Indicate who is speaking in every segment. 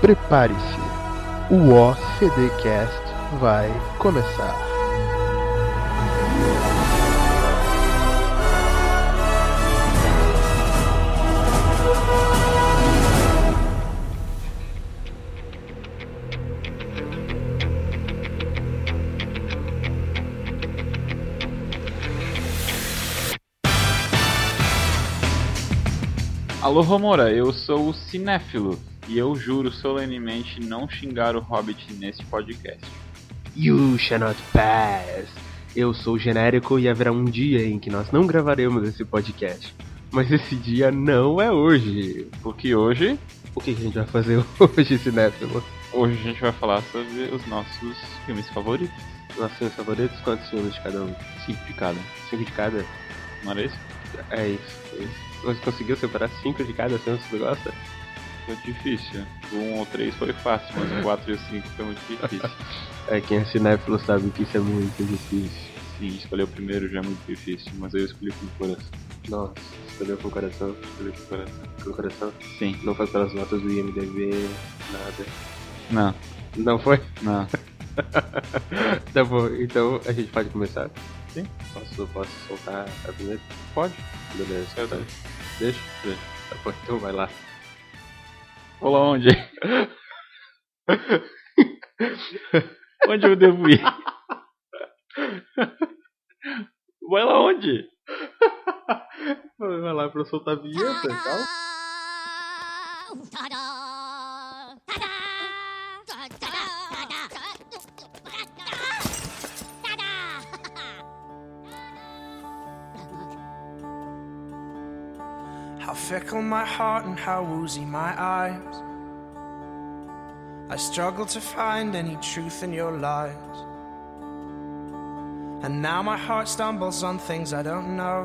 Speaker 1: prepare-se. O OCDcast vai começar.
Speaker 2: Alô Romora, eu sou o Cinéfilo e eu juro solenemente não xingar o Hobbit neste podcast.
Speaker 3: You shall not pass. Eu sou o genérico e haverá um dia em que nós não gravaremos esse podcast. Mas esse dia não é hoje.
Speaker 2: Porque hoje,
Speaker 3: O que que a gente vai fazer hoje, Cinéfilo?
Speaker 2: hoje a gente vai falar sobre os nossos filmes favoritos.
Speaker 3: Nossos filmes favoritos? Quantos filmes de cada um?
Speaker 2: Cinco de cada,
Speaker 3: Cinco de cada?
Speaker 2: não era isso?
Speaker 3: É isso. É isso. Você conseguiu separar cinco de cada filme que você gosta?
Speaker 2: Foi difícil. Um ou três foi fácil, mas o quatro e o cinco foi muito difícil.
Speaker 3: É, quem é cinéfilo sabe que isso é muito difícil.
Speaker 2: Sim, escolher o primeiro já é muito difícil, mas eu escolhi com o coração.
Speaker 3: Nossa, escolheu com o coração,
Speaker 2: Escolhi com o coração.
Speaker 3: com o coração.
Speaker 2: Sim.
Speaker 3: Não foi pelas notas do IMDB, nada.
Speaker 2: Não,
Speaker 3: Não foi?
Speaker 2: não.
Speaker 3: tá bom, então a gente pode começar?
Speaker 2: Sim.
Speaker 3: Posso, posso soltar a primeira?
Speaker 2: Pode?
Speaker 3: Beleza. então.
Speaker 2: Eu dou.
Speaker 3: Deixa? Deixa. Tá bom, então vai lá.
Speaker 2: Olá, onde? onde eu devo ir? Vai lá onde?
Speaker 3: Vai lá pra eu soltar a vinheta então? e tal.
Speaker 4: How fickle my heart and how woozy my eyes. I struggle to find any truth in your lies. And now my heart stumbles on things I don't know.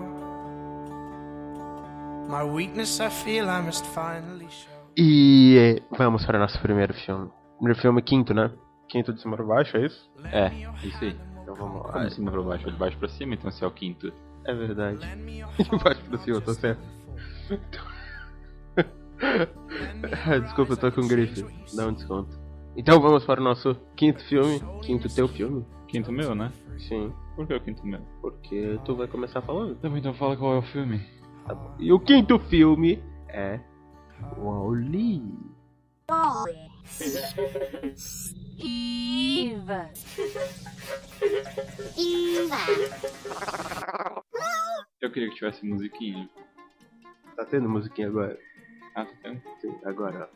Speaker 4: My weakness I feel I must finally show.
Speaker 3: E eh, vamos para o nosso primeiro filme. Primeiro filme quinto, né? Quinto de cima pra baixo, é isso?
Speaker 2: É, isso aí.
Speaker 3: Então vamos
Speaker 2: Como
Speaker 3: lá.
Speaker 2: de cima pra baixo? De baixo pra cima, então se é o quinto.
Speaker 3: É verdade. De baixo pra cima, tá certo. Ah, Desculpa, eu tô com grife. Dá um desconto. Então vamos para o nosso quinto filme. Quinto teu filme?
Speaker 2: Quinto meu, né?
Speaker 3: Sim.
Speaker 2: Por que é o quinto meu?
Speaker 3: Porque tu vai começar falando.
Speaker 2: Também não fala qual é o filme.
Speaker 3: Tá bom. E o quinto filme é. Wall-E.
Speaker 5: Iva.
Speaker 2: Eu queria que tivesse musiquinha.
Speaker 3: Tá tendo musiquinha agora?
Speaker 2: Ah, tá tendo?
Speaker 3: Sim, agora.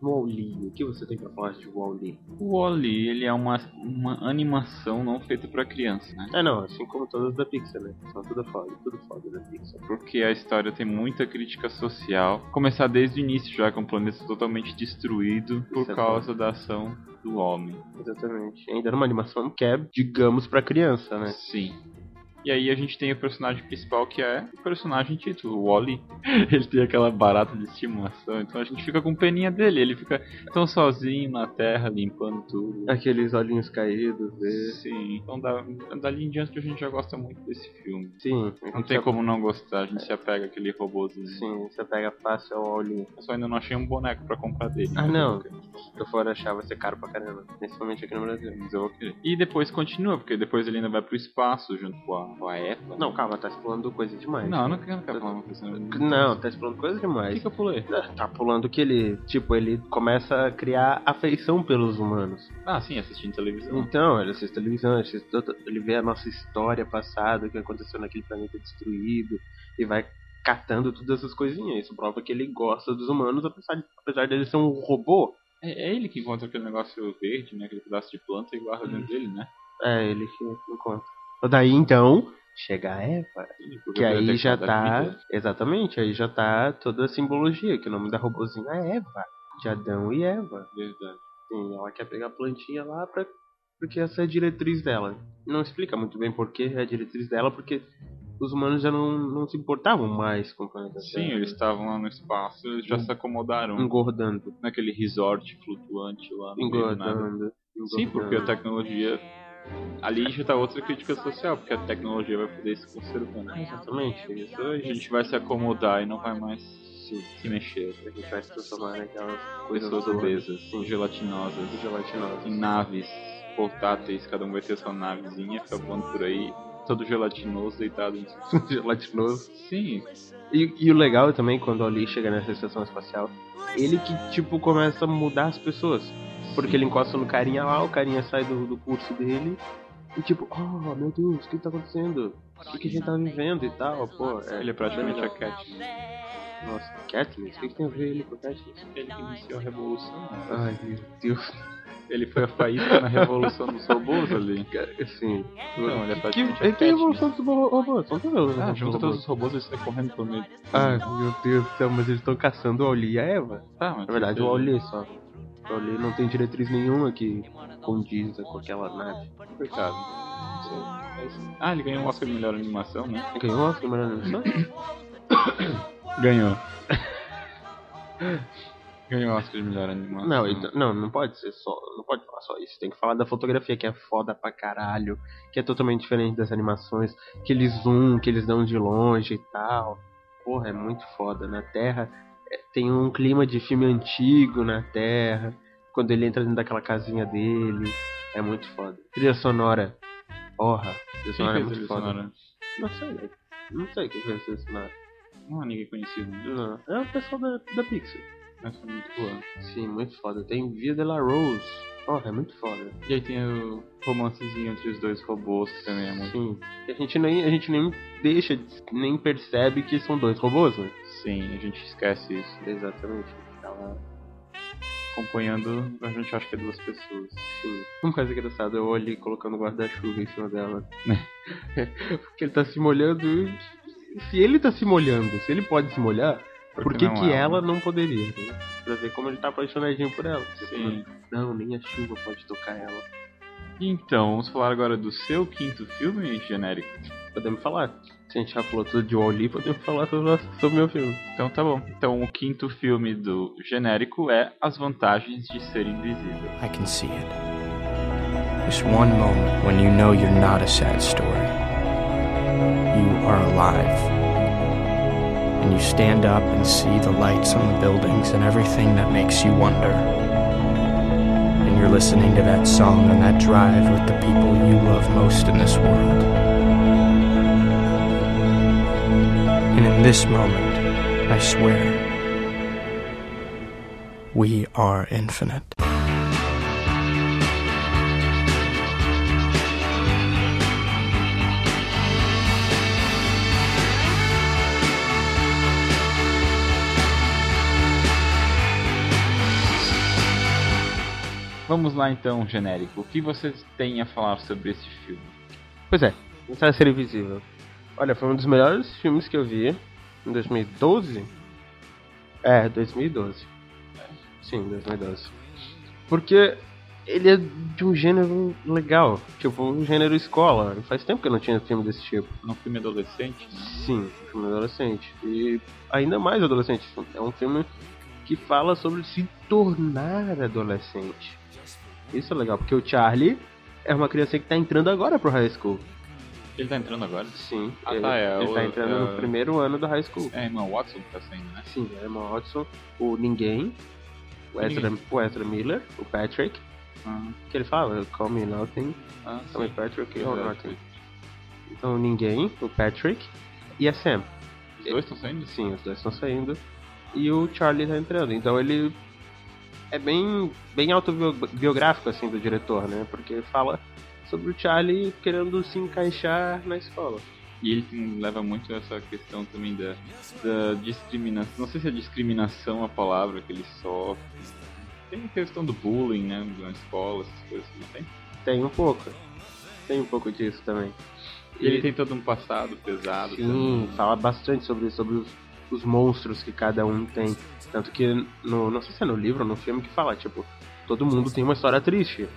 Speaker 3: Wall-E. O que você tem pra falar de Wall-E?
Speaker 2: O Wally, ele é uma, uma animação não feita pra criança, né?
Speaker 3: Ah, não, assim como todas da Pixar, né? São tudo foda, tudo foda da Pixar.
Speaker 2: Porque a história tem muita crítica social. Começar desde o início já, com o planeta totalmente destruído por
Speaker 3: Isso é
Speaker 2: causa da ação do homem.
Speaker 3: Exatamente. Ainda era uma animação que é, digamos, pra criança, né?
Speaker 2: Sim. E aí a gente tem o personagem principal que é o personagem título, o Wally. Ele tem aquela barata de estimação, então a gente fica com peninha dele. Ele fica tão sozinho na terra, limpando tudo.
Speaker 3: Aqueles olhinhos caídos, e...
Speaker 2: Sim, então da, dali em diante a gente já gosta muito desse filme.
Speaker 3: Sim.
Speaker 2: Não tem como não gostar, a gente se apega àquele robôzinho.
Speaker 3: É. Sim, você pega fácil ao olhinho.
Speaker 2: Eu só ainda não achei um boneco pra comprar dele.
Speaker 3: Ah,
Speaker 2: mas eu
Speaker 3: não.
Speaker 2: vou querer.
Speaker 3: Se eu for achar, vai ser caro pra caramba. Principalmente aqui no Brasil.
Speaker 2: Mas eu vou querer. E depois continua, porque depois ele ainda vai pro espaço junto com a, com a Eva.
Speaker 3: Não, calma, tá explorando coisa demais.
Speaker 2: não, eu não quero, não quero falar uma coisa.
Speaker 3: Não, tá explorando coisa
Speaker 2: O que,
Speaker 3: demais.
Speaker 2: que eu pulei?
Speaker 3: Ah, Tá pulando que ele, tipo, ele começa a criar afeição pelos humanos.
Speaker 2: Ah, sim, assistindo televisão.
Speaker 3: Então, ele assiste televisão, ele, assiste outra- ele vê a nossa história passada, o que aconteceu naquele planeta destruído, e vai catando todas essas coisinhas. Isso prova que ele gosta dos humanos, apesar, de- apesar dele ser um robô.
Speaker 2: É, é ele que encontra aquele negócio verde, né? Aquele pedaço de planta e guarda dentro dele, né?
Speaker 3: É, ele que encontra. Daí então, chega a Eva.
Speaker 2: Sim, porque
Speaker 3: Que
Speaker 2: eu queria
Speaker 3: aí
Speaker 2: ter
Speaker 3: já
Speaker 2: cada
Speaker 3: tá.
Speaker 2: vida.
Speaker 3: Exatamente, aí já tá toda a simbologia, que o nome da robozinha é Eva. De Adão e Eva.
Speaker 2: Verdade.
Speaker 3: Sim, ela quer pegar a plantinha lá pra. Porque essa é a diretriz dela. Não explica muito bem por que é a diretriz dela, porque os humanos já não, não se importavam mais com o planeta
Speaker 2: Sim,
Speaker 3: Terra.
Speaker 2: eles estavam lá no espaço, eles já
Speaker 3: Hum.
Speaker 2: se acomodaram
Speaker 3: Engordando.
Speaker 2: naquele resort flutuante lá no meio do nada.
Speaker 3: Engordando.
Speaker 2: Sim, porque a
Speaker 3: engordando.
Speaker 2: tecnologia. Ali já tá outra crítica social, porque a né? tecnologia vai fazer isso com o ser humano.
Speaker 3: Exatamente.
Speaker 2: Isso a gente vai se acomodar e não vai mais
Speaker 3: se,
Speaker 2: se mexer.
Speaker 3: a gente vai se transformar naquelas
Speaker 2: Pessoas obesas, gelatinosas,
Speaker 3: gelatinosas.
Speaker 2: em naves portáteis, cada um vai ter a sua navezinha, fica voando por aí, todo gelatinoso, deitado em
Speaker 3: Gelatinoso.
Speaker 2: Sim,
Speaker 3: E, e o legal também, quando o Oli chega nessa estação espacial, ele que, tipo, começa a mudar as pessoas. Porque ele encosta no carinha lá, o carinha sai do, do curso dele e, tipo, oh, meu Deus, o que tá acontecendo? O que que a gente tá vivendo e tal, pô.
Speaker 2: ele é praticamente a Cat.
Speaker 3: Nossa, Katniss? O que, que tem a ver ele com Katniss?
Speaker 2: Ele que iniciou a revolução. né?
Speaker 3: Ai, meu Deus.
Speaker 2: Ele foi a faísca na revolução dos robôs ali.
Speaker 3: Cara, assim...
Speaker 2: Não, ele é
Speaker 3: Que,
Speaker 2: praticamente
Speaker 3: ele
Speaker 2: a
Speaker 3: tem a
Speaker 2: Cat.
Speaker 3: evolução dos robôs, são todas as
Speaker 2: Ah,
Speaker 3: evoluções dos
Speaker 2: junta
Speaker 3: robôs.
Speaker 2: todos os robôs e sai correndo pelo meio. Ah,
Speaker 3: Ai, meu Deus do céu, mas eles estão caçando o Oli e a Eva.
Speaker 2: Tá, mas
Speaker 3: Na verdade, o Oli só. O Oli não tem diretriz nenhuma que condiz com aquela nave.
Speaker 2: Coitado. Ah, ele ganhou um Oscar de melhor animação, né?
Speaker 3: Ganhou a primeira animação?
Speaker 2: Ganhou. ganhou o Oscar de melhor animação.
Speaker 3: Não, então- não, não pode ser só. Não pode falar só isso. Tem que falar da fotografia, que é foda pra caralho. Que é totalmente diferente das animações. Que eles zoom, que eles dão de longe e tal. Porra, é muito foda. Na Terra é, tem um clima de filme antigo na Terra. Quando ele entra dentro daquela casinha dele. É muito foda. Trilha sonora. Porra, trilha
Speaker 2: Quem
Speaker 3: sonora é
Speaker 2: fez
Speaker 3: muito
Speaker 2: ele
Speaker 3: foda.
Speaker 2: sonora?
Speaker 3: Não sei. Não sei quem fez esse cenário.
Speaker 2: Não, Ah, ninguém conhecido. né?
Speaker 3: Não. É o pessoal da, da Pixar.
Speaker 2: Mas foi muito boa.
Speaker 3: Sim, muito foda. Tem Via de la Rose. Porra, é muito foda.
Speaker 2: E aí tem o romancezinho entre os dois robôs, que também é muito.
Speaker 3: Sim. A gente nem, a gente nem deixa, de- nem percebe que são dois robôs, né?
Speaker 2: Sim, a gente esquece isso.
Speaker 3: Exatamente. É Ela,
Speaker 2: Acompanhando, a gente acha que é duas pessoas.
Speaker 3: sim. Uma coisa engraçada, eu olhei colocando guarda-chuva em cima dela.
Speaker 2: É.
Speaker 3: Porque ele tá se molhando. e- Se ele tá se molhando, se ele pode se molhar,
Speaker 2: Por
Speaker 3: por
Speaker 2: que
Speaker 3: que,
Speaker 2: não é
Speaker 3: que
Speaker 2: ela?
Speaker 3: ela não poderia? né? Pra ver como ele tá apaixonadinho por ela.
Speaker 2: Sim.
Speaker 3: Não, nem a chuva pode tocar ela.
Speaker 2: Então, vamos falar agora do seu quinto filme genérico.
Speaker 3: Podemos falar. Se a gente já falou tudo de Wall-E, podemos falar sobre, o nosso- sobre o meu filme.
Speaker 2: Então tá bom. Então o quinto filme do genérico é As Vantagens de Ser Invisível.
Speaker 4: I can see it. This one moment when you know you're not a sad story. You are alive. And you stand up and see the lights on the buildings and everything that makes you wonder. And you're listening to that song on that drive with the people you love most in this world. And in this moment, I swear, we are infinite.
Speaker 2: Vamos lá então, genérico. O que vocês têm a falar sobre esse filme?
Speaker 3: Pois é, Mensagem Ser Invisível. Olha, foi um dos melhores filmes que eu vi em 2012. É, 2012. Sim, 2012. Porque ele é de um gênero legal, tipo um gênero escola. Faz tempo que eu não tinha filme desse tipo.
Speaker 2: É um filme adolescente? Né?
Speaker 3: Sim, um filme adolescente. E ainda mais adolescente. É um filme que fala sobre se tornar adolescente. Isso é legal, porque o Charlie é uma criança que tá entrando agora pro high school.
Speaker 2: Ele tá entrando agora?
Speaker 3: Sim,
Speaker 2: Ah,
Speaker 3: ele,
Speaker 2: tá, é,
Speaker 3: ele
Speaker 2: o-
Speaker 3: tá entrando
Speaker 2: é,
Speaker 3: no primeiro ano do high school.
Speaker 2: É, irmão Watson que tá saindo, né?
Speaker 3: Sim, é o Watson, o Ninguém, o Ezra, o Ezra Miller, o Patrick,
Speaker 2: Ah,
Speaker 3: que ele fala, call me nothing,
Speaker 2: ah
Speaker 3: call me
Speaker 2: sim.
Speaker 3: Patrick,
Speaker 2: Exato.
Speaker 3: or nothing. Então, o Ninguém, o Patrick e a Sam.
Speaker 2: Os dois estão saindo?
Speaker 3: Sim, os dois estão saindo. E o Charlie tá entrando. Então ele é bem, bem autobiográfico assim do diretor, né? Porque fala sobre o Charlie querendo se encaixar na escola.
Speaker 2: E ele tem- leva muito essa questão também da, da discriminação. Não sei se é discriminação a palavra que ele sofre. Tem a questão do bullying, né? Na escola, essas coisas que tem.
Speaker 3: Tem um pouco. Tem um pouco disso também.
Speaker 2: E ele tem todo um passado pesado. também.
Speaker 3: Sim, fala bastante sobre, sobre os, os monstros que cada um tem. Tanto que, no, não sei se é no livro ou no filme que fala, tipo, todo mundo tem uma história triste.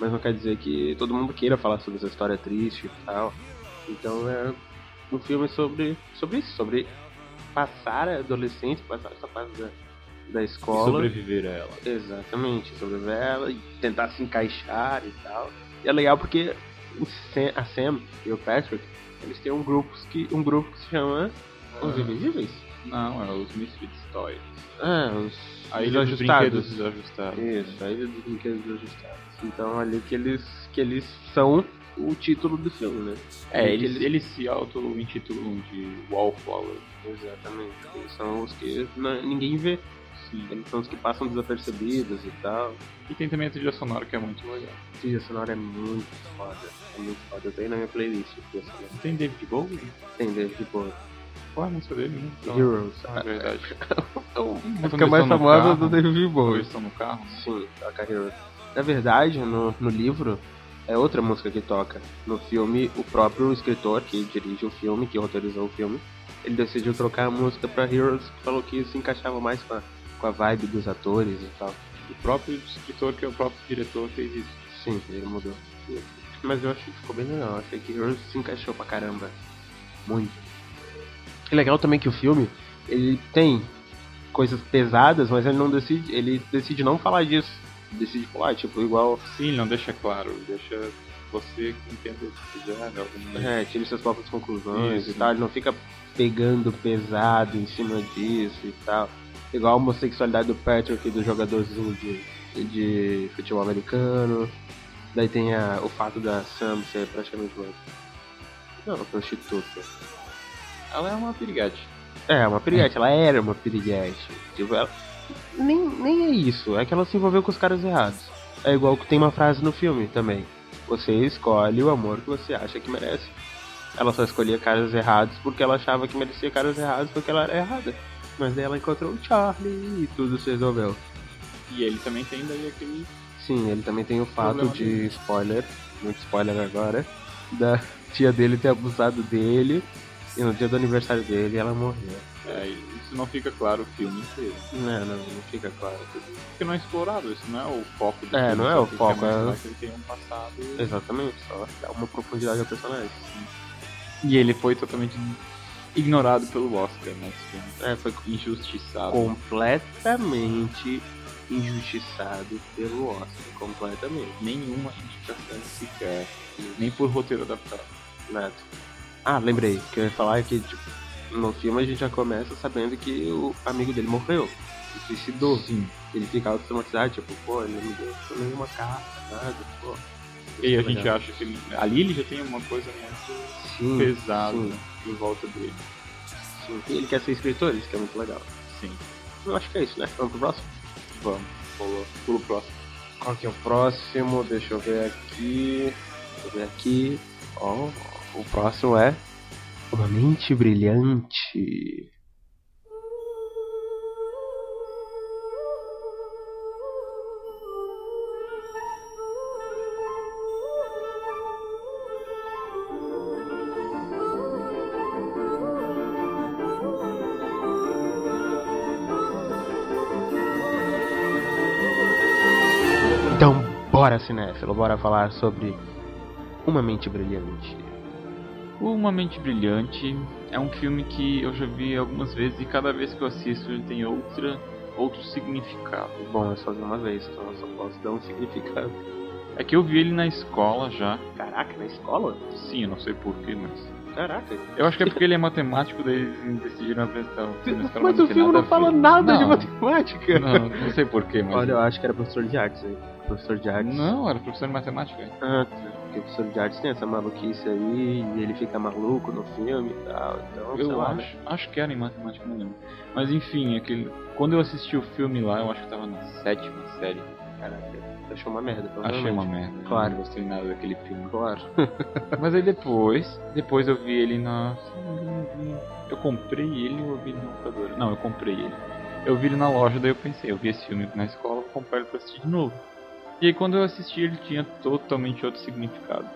Speaker 3: Mas não quer dizer que todo mundo queira falar sobre essa história triste e tal. Então é um filme sobre, sobre isso, sobre passar a adolescência, passar essa fase da, da
Speaker 2: E
Speaker 3: escola.
Speaker 2: sobreviver a ela.
Speaker 3: Exatamente, sobre ela e tentar se encaixar e tal. E é legal porque o Sam- a
Speaker 2: Ah.
Speaker 3: Sam e o Patrick, eles têm um grupo que, um grupo que se chama Os Invisíveis.
Speaker 2: Não, é os Misfits Toys.
Speaker 3: Ah, os.
Speaker 2: A Ilha dos Brinquedos Desajustados.
Speaker 3: Isso, a Ilha dos Brinquedos Desajustados. Então ali que eles, que eles são o título do filme, né?
Speaker 2: É, eles, eles se auto-intitulam de Wallflower.
Speaker 3: Exatamente. Eles são os que na- ninguém vê. Eles são os que passam desapercebidos e tal.
Speaker 2: E tem também a trilha sonora que é muito legal.
Speaker 3: A trilha sonora é muito foda. É muito foda. Eu tenho na minha playlist. a trilha sonora.
Speaker 2: Tem David Bowie?
Speaker 3: Tem desde Bowie.
Speaker 2: Qual é a música dele? né? Então,
Speaker 3: tipo, Heroes.
Speaker 2: É verdade.
Speaker 3: É A música mais famosa do
Speaker 2: David
Speaker 3: David
Speaker 2: Bowie.
Speaker 3: Bowie.
Speaker 2: estão no carro. né?
Speaker 3: Sim, toca Heroes. Na verdade, no, no livro, é outra música que toca. No filme, o próprio escritor que dirige o filme, que autorizou o filme, ele decidiu trocar a música pra Heroes, falou que se encaixava mais com a, com a vibe dos atores e tal.
Speaker 2: O próprio escritor, que é o próprio diretor, fez isso.
Speaker 3: Sim, ele mudou. Mas eu achei que ficou bem legal. Eu achei que Heroes se encaixou pra caramba. Muito. E legal também que o filme, ele tem coisas pesadas, mas ele não decide, ele decide não falar disso. Decide falar, tipo, igual
Speaker 2: Sim, ele não deixa claro. ele Deixa você que entenda o que quiser. né, alguma-
Speaker 3: É, tire suas próprias conclusões
Speaker 2: Isso.
Speaker 3: e tal. Ele não fica pegando pesado em cima disso e tal. Igual a homossexualidade do Patrick, do jogadorzinho de, de futebol americano. Daí tem a- o fato da Sam ser praticamente uma. Não, uma prostituta.
Speaker 2: Ela é uma piriguete.
Speaker 3: É, uma piriguete. Ela era uma piriguete. Tipo, ela... nem, nem é isso. É que ela se envolveu com os caras errados. É igual que tem uma frase no filme também. Você escolhe o amor que você acha que merece. Ela só escolhia caras errados porque ela achava que merecia caras errados porque ela era errada. Mas daí ela encontrou o Charlie e tudo se resolveu.
Speaker 2: E ele também tem daí aquele
Speaker 3: Sim, ele também tem o fato
Speaker 2: Problema
Speaker 3: de spoiler, muito spoiler agora, da tia dele ter abusado dele e no dia do aniversário dele ela morreu.
Speaker 2: É, isso não fica claro o filme inteiro.
Speaker 3: Não, não, não fica claro.
Speaker 2: Porque não é explorado, isso não é o foco do
Speaker 3: É,
Speaker 2: filme.
Speaker 3: não é
Speaker 2: só
Speaker 3: o
Speaker 2: fica
Speaker 3: foco,
Speaker 2: mais
Speaker 3: é-
Speaker 2: claro que ele tem um passado.
Speaker 3: Exatamente, só dá uma profundidade ao personagem.
Speaker 2: E ele foi totalmente ignorado pelo Oscar nesse filme.
Speaker 3: É, foi
Speaker 2: Injustiçado.
Speaker 3: completamente injustiçado pelo Oscar, completamente,
Speaker 2: Nenhuma indicação sequer. Nem por roteiro adaptado.
Speaker 3: nada. Ah, lembrei, o que eu ia falar é que tipo, no filme a gente já começa sabendo que o amigo dele morreu, se suicidou.
Speaker 2: Sim.
Speaker 3: Ele fica automatizado, tipo, pô, ele não me deu nenhuma carta, nada, pô.
Speaker 2: E aí a
Speaker 3: Legal.
Speaker 2: gente acha que ali ele já tem uma coisa muito
Speaker 3: Sim,
Speaker 2: pesada
Speaker 3: sim,
Speaker 2: em volta dele.
Speaker 3: sim. E ele quer ser escritor, isso que é muito legal.
Speaker 2: Sim.
Speaker 3: Eu acho que é isso, né? Vamos pro próximo?
Speaker 2: Vamos. Pulou. Pulo próximo.
Speaker 3: Qual que é o próximo? Deixa eu ver aqui. Deixa eu ver aqui. Ó, o próximo é Uma Mente Brilhante. Então, bora, cinéfilo, bora falar sobre Uma Mente Brilhante.
Speaker 2: Uma Mente Brilhante é um filme que eu já vi algumas vezes e cada vez que eu assisto ele tem outra, outro significado.
Speaker 3: Bom, eu só vi uma vez, então eu só posso dar um significado.
Speaker 2: É que eu vi ele na escola já.
Speaker 3: Caraca, na escola?
Speaker 2: Sim, eu não sei porquê, mas.
Speaker 3: Caraca.
Speaker 2: Eu acho que é porque ele é matemático, daí eles decidiram apresentar o filme na escola,
Speaker 3: Mas o
Speaker 2: tem
Speaker 3: filme
Speaker 2: nada
Speaker 3: não
Speaker 2: a
Speaker 3: fala
Speaker 2: ver.
Speaker 3: nada de
Speaker 2: Não,
Speaker 3: matemática.
Speaker 2: Não, não sei porquê, mas.
Speaker 3: Olha, eu acho que era professor de artes aí. Professor de artes.
Speaker 2: Não, era professor de matemática.
Speaker 3: Ah, tá. Porque o professor de artes tem essa maluquice aí, e ele fica maluco no filme e tal. Então, sei
Speaker 2: Eu
Speaker 3: lá, né?
Speaker 2: acho, acho que era em matemática, não lembro. Mas enfim, aquele, quando eu assisti o filme lá, eu acho que tava na sétima série.
Speaker 3: Caraca, achou uma merda,
Speaker 2: Achei uma
Speaker 3: provavelmente.
Speaker 2: merda.
Speaker 3: Claro.
Speaker 2: Não gostei nada daquele filme.
Speaker 3: Claro.
Speaker 2: Mas aí depois, depois eu vi ele na. Eu comprei ele ou eu vi ele na locadora? Não, eu comprei ele. Eu vi ele na loja, daí eu pensei, eu vi esse filme na escola, vou comprar ele pra assistir de novo. E aí quando eu assisti ele tinha totalmente outro significado.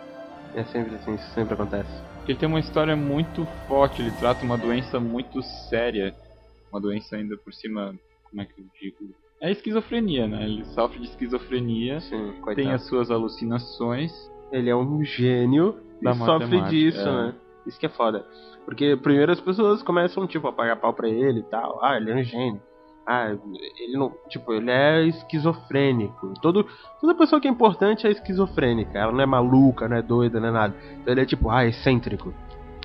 Speaker 3: É sempre assim, isso sempre acontece.
Speaker 2: Ele tem uma história muito forte, ele trata uma doença muito séria. Uma doença ainda por cima, como é que eu digo? É esquizofrenia, né? Ele sofre de esquizofrenia,
Speaker 3: Sim, coitado.
Speaker 2: É. tem as suas alucinações.
Speaker 3: Ele é um gênio
Speaker 2: Da
Speaker 3: e sofre
Speaker 2: matemática,
Speaker 3: disso,
Speaker 2: é.
Speaker 3: né? Isso que é foda. Porque primeiro as pessoas começam, tipo, a pagar pau pra ele e tal. Ah, ele é um gênio. Ah, ele não. Tipo, ele é esquizofrênico. Todo, toda pessoa que é importante é esquizofrênica. Ela não é maluca, não é doida, não é nada. Então ele é tipo, ah, excêntrico.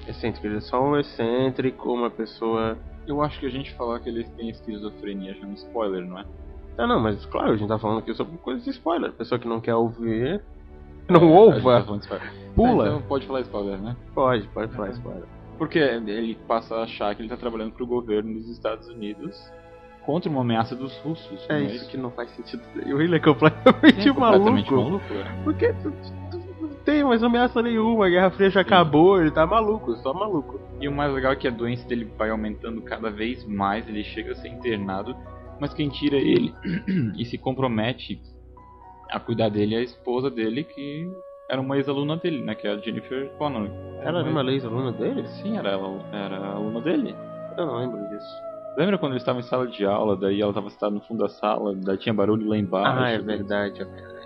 Speaker 3: Excêntrico, ele é só um excêntrico, uma pessoa.
Speaker 2: Eu acho que a gente falar que ele tem esquizofrenia já é um spoiler, não é?
Speaker 3: Ah, não, mas claro, a gente tá falando aqui sobre coisa de spoiler. Pessoa que não quer ouvir. Não
Speaker 2: É, a gente tá
Speaker 3: ouva!
Speaker 2: falando de spoiler.
Speaker 3: Pula.
Speaker 2: Então pode falar spoiler, né?
Speaker 3: Pode, pode falar spoiler.
Speaker 2: Porque ele passa a achar que ele tá trabalhando pro governo dos Estados Unidos contra uma ameaça dos russos.
Speaker 3: É
Speaker 2: né? não
Speaker 3: isso que não faz sentido. nenhum, Ele é completamente
Speaker 2: é completamente
Speaker 3: maluco.
Speaker 2: maluco. é.
Speaker 3: Porque tu- tu- não tem mais ameaça nenhuma, a Guerra Fria já acabou, ele tá maluco, só maluco.
Speaker 2: E o mais legal é que a doença dele vai aumentando cada vez mais, ele chega a ser internado, mas quem tira ele e se compromete a cuidar dele é a esposa dele, que era uma ex-aluna dele, né? Que é a Jennifer Connelly.
Speaker 3: Ela era uma ex-aluna deles?
Speaker 2: Sim, era, ela- era aluna dele.
Speaker 3: Eu não lembro disso.
Speaker 2: Lembra quando eles estavam em sala de aula, daí ela tava sentada no fundo da sala, daí tinha barulho lá embaixo.
Speaker 3: Ah, é verdade, é verdade.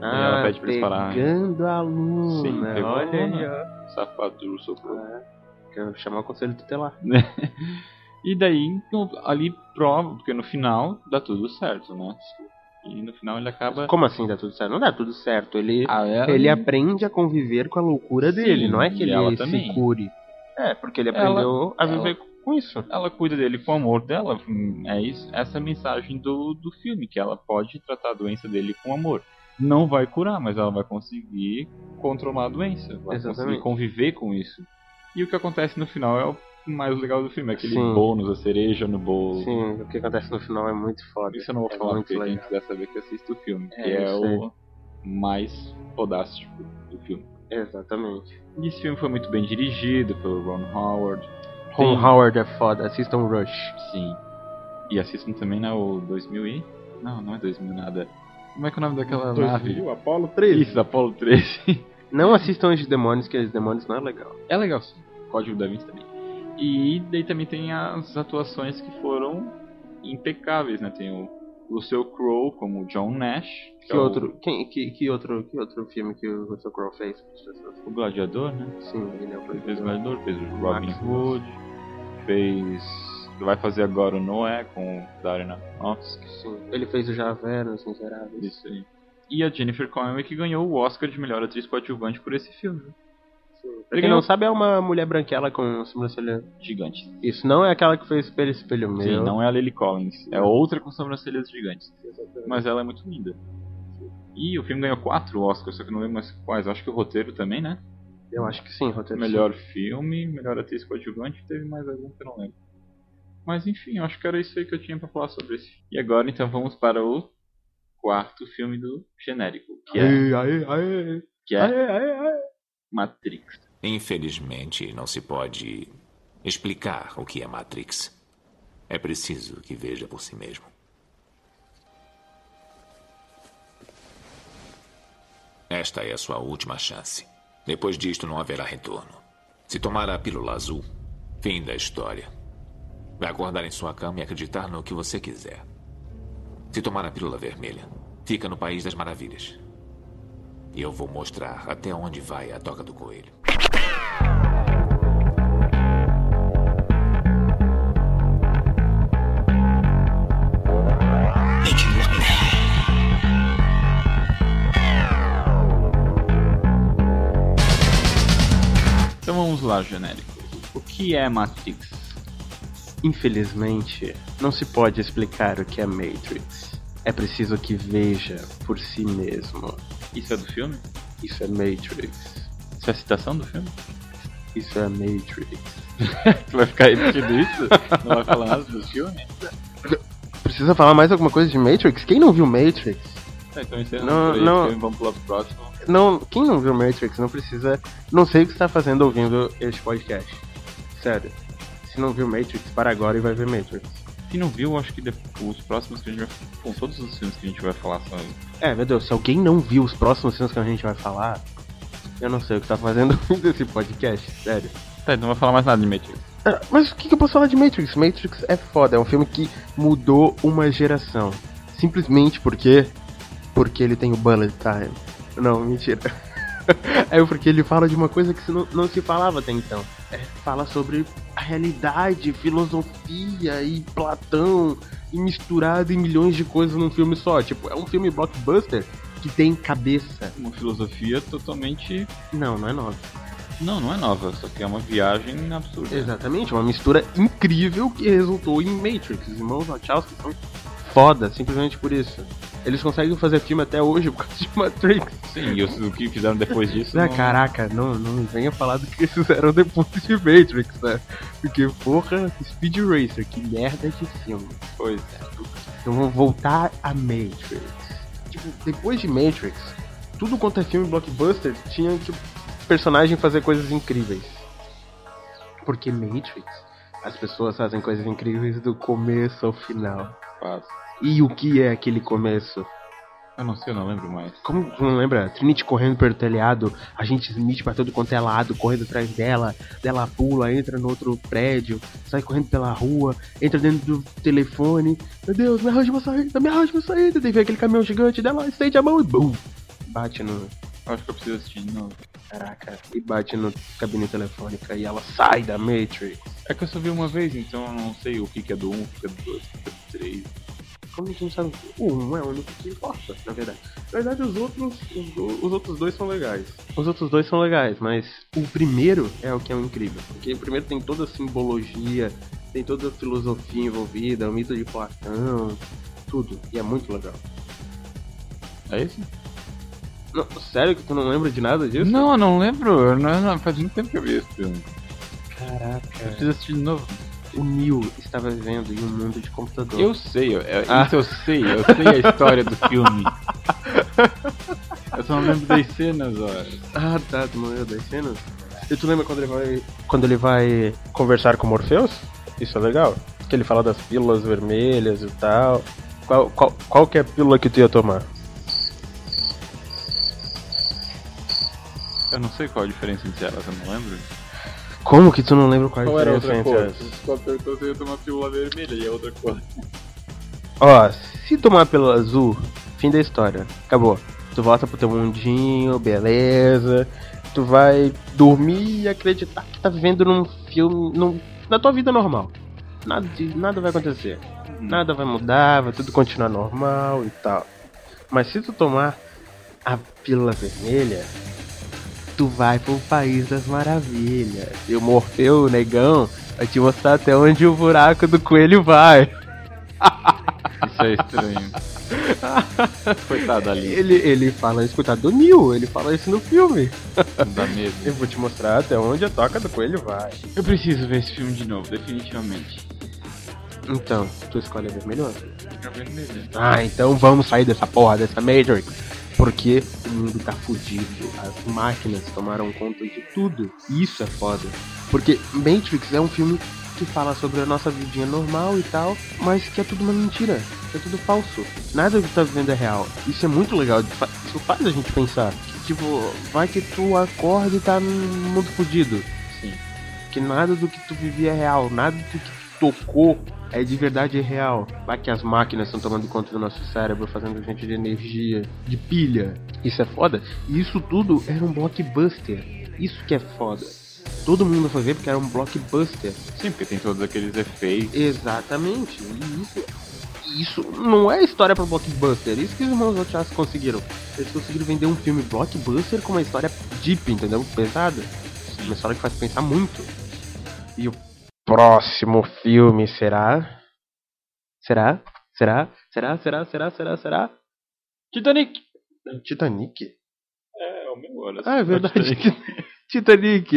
Speaker 3: Ah,
Speaker 2: E ela pede pra eles pararem.
Speaker 3: pegando a aluna.
Speaker 2: Sim, pegou a
Speaker 3: olha
Speaker 2: aluna.
Speaker 3: aí, ó.
Speaker 2: Safadura, socorro.
Speaker 3: Quero chamar o conselho tutelar.
Speaker 2: E daí, então, ali prova, porque no final dá tudo certo, né? E no final ele acaba.
Speaker 3: Como assim dá tudo certo? Não dá tudo certo. Ele,
Speaker 2: Ah, ela-
Speaker 3: ele é- aprende a conviver com a loucura
Speaker 2: Sim,
Speaker 3: dele, não é que
Speaker 2: e ela
Speaker 3: ele
Speaker 2: também.
Speaker 3: se cure. É, porque ele
Speaker 2: Ela-
Speaker 3: aprendeu a viver com isso.
Speaker 2: ela cuida dele com o amor dela. hum, É isso, essa é a mensagem do, do filme, que ela pode tratar a doença dele com amor. Não vai curar, mas ela vai conseguir controlar a doença. Vai conseguir
Speaker 3: Exatamente.
Speaker 2: conviver com isso. E o que acontece no final é o mais legal do filme, aquele
Speaker 3: Sim.
Speaker 2: bônus, a cereja no bolo.
Speaker 3: Sim, o que acontece no final é muito foda.
Speaker 2: Isso eu não vou
Speaker 3: É
Speaker 2: falar,
Speaker 3: muito
Speaker 2: porque quem
Speaker 3: legal.
Speaker 2: quiser saber que assista o filme,
Speaker 3: É,
Speaker 2: que é
Speaker 3: isso aí.
Speaker 2: o mais fodástico do filme.
Speaker 3: Exatamente.
Speaker 2: E esse filme foi muito bem dirigido pelo Ron Howard.
Speaker 3: Ron
Speaker 2: Tem-
Speaker 3: Howard é foda, assistam Rush.
Speaker 2: Sim. E assistam também né, o 2000 e... Não, não é 2000 nada. Como é que é o nome daquela nave?
Speaker 3: Apolo
Speaker 2: Isso, Apollo 13.
Speaker 3: Não assistam os demônios, que os demônios não é legal.
Speaker 2: é legal, sim. Código da Vinci também. E daí também tem as atuações que foram impecáveis, né? Tem o Lucille Crowe como John Nash.
Speaker 3: Que,
Speaker 2: é o-
Speaker 3: outro, quem, que, que outro, que outro filme que o Russell Crowe fez?
Speaker 2: O Gladiador, né?
Speaker 3: Sim, ele é o
Speaker 2: Ele fez
Speaker 3: primeiro.
Speaker 2: o Gladiador, fez o Robin
Speaker 3: Maximus.
Speaker 2: Hood, fez... Vai fazer agora o Noé com o Darren Aronofsky.
Speaker 3: Sim, ele fez o Javé nos Miseráveis.
Speaker 2: Isso aí. E a Jennifer Connelly que ganhou o Oscar de melhor atriz coadjuvante por esse filme.
Speaker 3: Sim. Pra
Speaker 2: Ele
Speaker 3: quem
Speaker 2: ganhou-
Speaker 3: não sabe, é uma mulher branquela com sobrancelha.
Speaker 2: Gigante.
Speaker 3: Isso não é aquela que fez Espelho Espelho Meu.
Speaker 2: Sim, não é a Lily Collins. É outra com sobrancelhas gigantes. Mas ela é muito linda. E o filme ganhou quatro Oscars, só que eu não lembro mais quais. Acho que o roteiro também, né?
Speaker 3: Eu acho que sim, roteiro.
Speaker 2: Melhor filme, melhor atriz coadjuvante, teve mais algum que eu não lembro. Mas enfim, eu acho que era isso aí que eu tinha pra falar sobre esse filme. E agora então vamos para o quarto filme do genérico, que é,
Speaker 3: Aê, aê, aê,
Speaker 2: que é
Speaker 3: aê, aê, aê.
Speaker 2: Matrix.
Speaker 5: Infelizmente, não se pode explicar o que é Matrix. É preciso que veja por si mesmo. Esta é a sua última chance. Depois disto, não haverá retorno. Se tomar a pílula azul, fim da história. Vai acordar em sua cama e acreditar no que você quiser. Se tomar a pílula vermelha, fica no País das Maravilhas. E eu vou mostrar até onde vai a toca do coelho.
Speaker 2: Então vamos lá, genérico. O que é Matrix?
Speaker 3: Infelizmente, não se pode explicar o que é Matrix. É preciso que veja por si mesmo.
Speaker 2: Isso é do filme?
Speaker 3: Isso é Matrix.
Speaker 2: Isso é a citação do filme?
Speaker 3: Isso é Matrix.
Speaker 2: Tu vai ficar repetindo isso? Não vai falar nada do filme?
Speaker 3: Precisa falar mais alguma coisa de Matrix? Quem não viu Matrix?
Speaker 2: Tá, então encerrando
Speaker 3: Não,
Speaker 2: por aí o
Speaker 3: não.
Speaker 2: filme, vamos pular pro próximo.
Speaker 3: Não, quem não viu Matrix não precisa. Não sei o que está fazendo ouvindo este podcast. Sério. Se não viu Matrix, para agora e vai ver Matrix.
Speaker 2: Se não viu, acho que depois, os próximos que a gente vai. Bom, todos os filmes que a gente vai falar são.
Speaker 3: É, meu Deus, se alguém não viu os próximos filmes que a gente vai falar, eu não sei o que está fazendo ouvindo esse podcast, sério.
Speaker 2: Tá, então não vai falar mais nada de Matrix.
Speaker 3: Ah, Mas o que, que eu posso falar de Matrix? Matrix é foda, é um filme que mudou uma geração. Simplesmente porque. Porque ele tem o Bullet Time. Não, mentira. É porque ele fala de uma coisa que se não, não se falava até então. É, fala sobre a realidade, filosofia e Platão e misturado em milhões de coisas num filme só. Tipo, é um filme blockbuster que tem cabeça.
Speaker 2: Uma filosofia totalmente
Speaker 3: Não, não é nova.
Speaker 2: Não, não é nova, só que é uma viagem absurda.
Speaker 3: Exatamente, uma mistura incrível que resultou em Matrix. Os irmãos Wachowski são foda, simplesmente por isso. Eles conseguem fazer filme até hoje por causa de Matrix.
Speaker 2: Sim, e o o que fizeram depois disso.
Speaker 3: Ah,
Speaker 2: não-
Speaker 3: caraca, não, não venha falar do que eles fizeram depois de Matrix, né? Porque, porra, Speed Racer, que merda de filme.
Speaker 2: Pois
Speaker 3: Então vamos voltar a Matrix. Tipo, depois de Matrix, tudo quanto é filme blockbuster tinha que o personagem fazer coisas incríveis. Porque Matrix, as pessoas fazem coisas incríveis do começo ao final.
Speaker 2: Faz.
Speaker 3: E o que é aquele começo?
Speaker 2: Eu não sei, eu não lembro mais.
Speaker 3: Como tu não lembra? Trinity correndo pelo telhado, a gente Smith pra todo quanto é lado, correndo atrás dela, dela pula, entra no outro prédio, sai correndo pela rua, entra dentro do telefone, meu Deus, me arranja uma saída, me arranja uma saída, daí vem aquele caminhão gigante dela, estende a mão e bum! Bate no.
Speaker 2: Eu acho que eu preciso assistir de novo.
Speaker 3: Caraca, e bate no cabine telefônica e ela sai da Matrix.
Speaker 2: É que eu só vi uma vez, então eu não sei o que, que é do 1, o que que é do 2, o que que é do 3.
Speaker 3: Como a gente não sabe, o um é o único que importa, na verdade. Na verdade, os outros, os, do- os outros dois são legais. Os outros dois são legais, mas o primeiro é o que é o incrível. Porque o primeiro tem toda a simbologia, tem toda a filosofia envolvida, o mito de Platão, tudo. E é muito legal.
Speaker 2: É isso?
Speaker 3: Não, sério que tu não lembra de nada disso?
Speaker 2: Não, eu não lembro. Eu Não, não, faz muito tempo que eu vi esse filme. Eu
Speaker 3: Caraca.
Speaker 2: preciso assistir de novo.
Speaker 3: O Neo estava vivendo em um mundo de computador.
Speaker 2: Eu sei, eu, é-
Speaker 3: Ah.
Speaker 2: isso eu sei, eu sei a história do filme. Eu só não lembro das cenas, ó.
Speaker 3: Ah, tá, tu não lembra das cenas? E tu lembra quando ele vai. Quando ele vai conversar com o Morpheus? Isso é legal. Que ele fala das pílulas vermelhas e tal. Qual, qual, qual que é a pílula que tu ia tomar?
Speaker 2: Eu não sei qual a diferença entre elas, eu não lembro.
Speaker 3: Como que tu não lembra qual, é a diferença entre elas?
Speaker 2: Só perguntou se eu ia tomar pílula vermelha e a outra cor.
Speaker 3: Ó, se tomar pílula azul, fim da história. Acabou. Tu volta pro teu mundinho, beleza. Tu vai dormir e acreditar que tá vivendo num filme. Num, na tua vida normal. Nada, de, nada vai acontecer. Nada vai mudar, vai tudo continuar normal e tal. Mas se tu tomar a pílula vermelha, tu vai pro país das maravilhas. E o Morfeu, o negão, vai te mostrar até onde o buraco do coelho vai.
Speaker 2: Isso é estranho. Coitado ali,
Speaker 3: Ele, ele fala isso, coitado do Neil, ele fala isso no filme.
Speaker 2: dá medo.
Speaker 3: Eu vou te mostrar até onde a toca do coelho vai.
Speaker 2: Eu preciso ver esse filme de novo, definitivamente.
Speaker 3: Então, tu escolhe a vermelha ou a azul?
Speaker 2: É vermelha.
Speaker 3: Ah, então vamos sair dessa porra, dessa Matrix. Porque o mundo tá fudido. As máquinas tomaram conta de tudo. Isso é foda. Porque Matrix é um filme que fala sobre a nossa vidinha normal e tal, mas que é tudo uma mentira. É tudo falso. Nada do que tá vivendo é real. Isso é muito legal. fa- Isso faz a gente pensar. Que, tipo, vai que tu acorda e tá num mundo fudido.
Speaker 2: Sim.
Speaker 3: que nada do que tu vivia é real, nada do que tu tocou é de verdade real. Vai que as máquinas estão tomando conta do nosso cérebro, fazendo a gente de energia, de pilha. Isso é foda. E isso tudo era um blockbuster. Isso que é foda. Todo mundo foi ver porque era um blockbuster.
Speaker 2: Sim, porque tem todos aqueles efeitos.
Speaker 3: Exatamente. E isso, isso não é história pra blockbuster. Isso que os irmãos Wachowski conseguiram. Eles conseguiram vender um filme blockbuster com uma história deep, entendeu? Pesada. Uma história que faz pensar muito. E o próximo filme será. Será? Será? Será? Será? Será? Será? Será? Titanic! Titanic?
Speaker 2: É, o meu olho.
Speaker 3: Ah, é verdade. Titanic!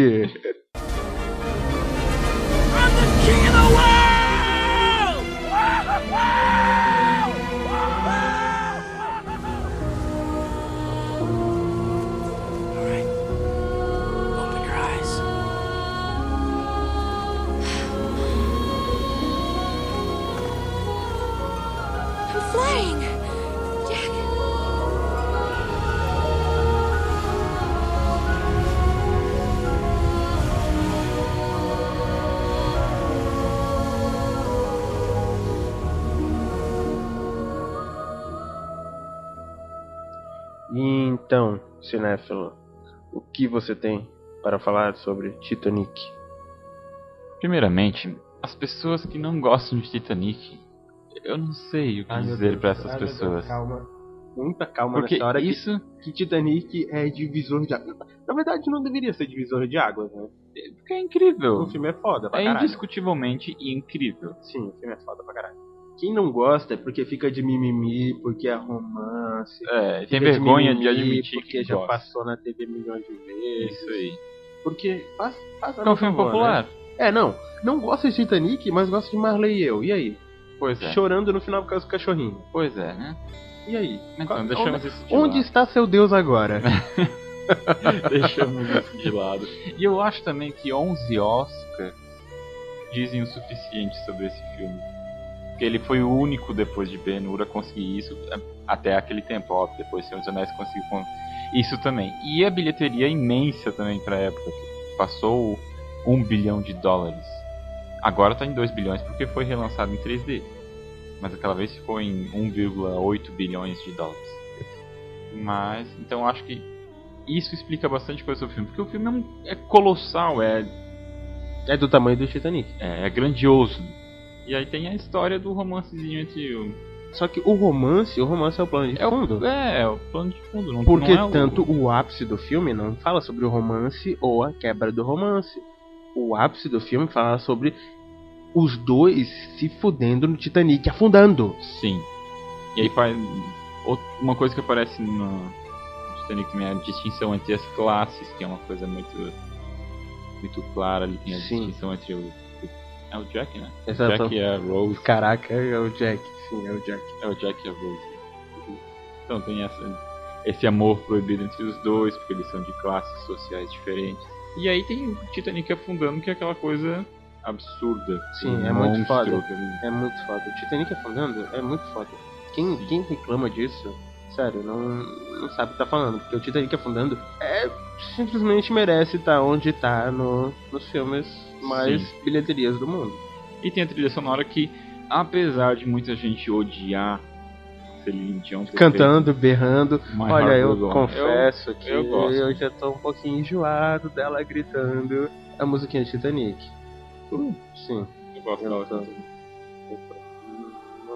Speaker 6: Open your eyes.
Speaker 7: I'm flying! Jack!
Speaker 3: Então, cinéfilo, o que você tem para falar sobre Titanic?
Speaker 2: Primeiramente, as pessoas que não gostam de Titanic, eu não sei o que dizer pra essas pessoas.
Speaker 3: calma, muita calma
Speaker 2: Porque
Speaker 3: nessa hora que-
Speaker 2: isso.
Speaker 3: que Titanic é divisor de água. Na verdade, não deveria ser divisor de água, né?
Speaker 2: Porque é incrível.
Speaker 3: O filme é foda pra
Speaker 2: É
Speaker 3: caralho.
Speaker 2: indiscutivelmente incrível.
Speaker 3: Sim, o filme é foda pra caralho. Quem não gosta é porque fica de mimimi, porque é romance.
Speaker 2: É, tem
Speaker 3: fica de
Speaker 2: vergonha de,
Speaker 3: mimimi
Speaker 2: admitir
Speaker 3: porque
Speaker 2: que
Speaker 3: já
Speaker 2: gosta.
Speaker 3: passou na TV milhões de vezes.
Speaker 2: Isso aí.
Speaker 3: Porque faz, faz
Speaker 2: Porque é um filme
Speaker 3: favor,
Speaker 2: popular.
Speaker 3: né? É, não. Não gosta de Titanic, mas gosta de Marley e eu. E aí?
Speaker 2: Pois é.
Speaker 3: Chorando no final por causa do cachorrinho.
Speaker 2: Pois é, né?
Speaker 3: E aí?
Speaker 2: Então,
Speaker 3: Qual-
Speaker 2: deixamos isso de
Speaker 3: onde
Speaker 2: lado.
Speaker 3: está seu Deus agora?
Speaker 2: deixamos isso de lado. E eu acho também que 11 Oscars dizem o suficiente sobre esse filme. Porque ele foi o único depois de Ben Hur a conseguir isso a- até aquele tempo, ó, depois Senhor dos Anéis conseguiu con- isso também. E a bilheteria é imensa também pra época, que passou 1 bilhão de dólares. Agora tá em 2 bilhões porque foi relançado em 3D. Mas aquela vez ficou em 1,8 bilhões de dólares. Mas, então acho que isso explica bastante coisa sobre o filme, porque o filme é, um- é colossal, é,
Speaker 3: é do tamanho do Titanic.
Speaker 2: é, é grandioso. E aí tem a história do romancezinho entre o.
Speaker 3: Só que o romance, o romance é o plano de
Speaker 2: É
Speaker 3: fundo.
Speaker 2: o, é, é o plano de fundo, não
Speaker 3: Porque
Speaker 2: não é o-
Speaker 3: tanto o ápice do filme não fala sobre o romance ou a quebra do romance. O ápice do filme fala sobre os dois se fudendo no Titanic, afundando.
Speaker 2: Sim. E aí faz. out- Uma coisa que aparece no Titanic também é a distinção entre as classes, que é uma coisa muito. Muito clara ali, tem a
Speaker 3: Sim.
Speaker 2: distinção entre o. É o Jack, né?
Speaker 3: Exato.
Speaker 2: Jack é a Rose.
Speaker 3: Caraca, é o Jack. Sim, é o Jack.
Speaker 2: É o Jack e a Rose. Então tem essa, esse amor proibido entre os dois, porque eles são de classes sociais diferentes. E aí tem o Titanic afundando, que é aquela coisa absurda.
Speaker 3: Sim,
Speaker 2: Um
Speaker 3: é muito
Speaker 2: monstro,
Speaker 3: foda.
Speaker 2: aquele-
Speaker 3: É muito foda. O Titanic afundando é muito foda. Quem,
Speaker 2: Sim.
Speaker 3: quem reclama disso, sério, não, não sabe o que tá falando. Porque o Titanic afundando é, simplesmente merece estar onde tá no, nos filmes mais bilheterias do mundo.
Speaker 2: E tem a trilha sonora que, apesar de muita gente odiar Celine Dion... ter
Speaker 3: Cantando, berrando.
Speaker 2: feito My
Speaker 3: Olha,
Speaker 2: Heart
Speaker 3: eu
Speaker 2: Goes On,
Speaker 3: confesso que
Speaker 2: eu
Speaker 3: eu,
Speaker 2: gosto.
Speaker 3: já tô um pouquinho enjoado dela gritando a musiquinha de Titanic. Uh, Sim.
Speaker 2: eu gosto
Speaker 3: eu
Speaker 2: dela
Speaker 3: tô-
Speaker 2: também.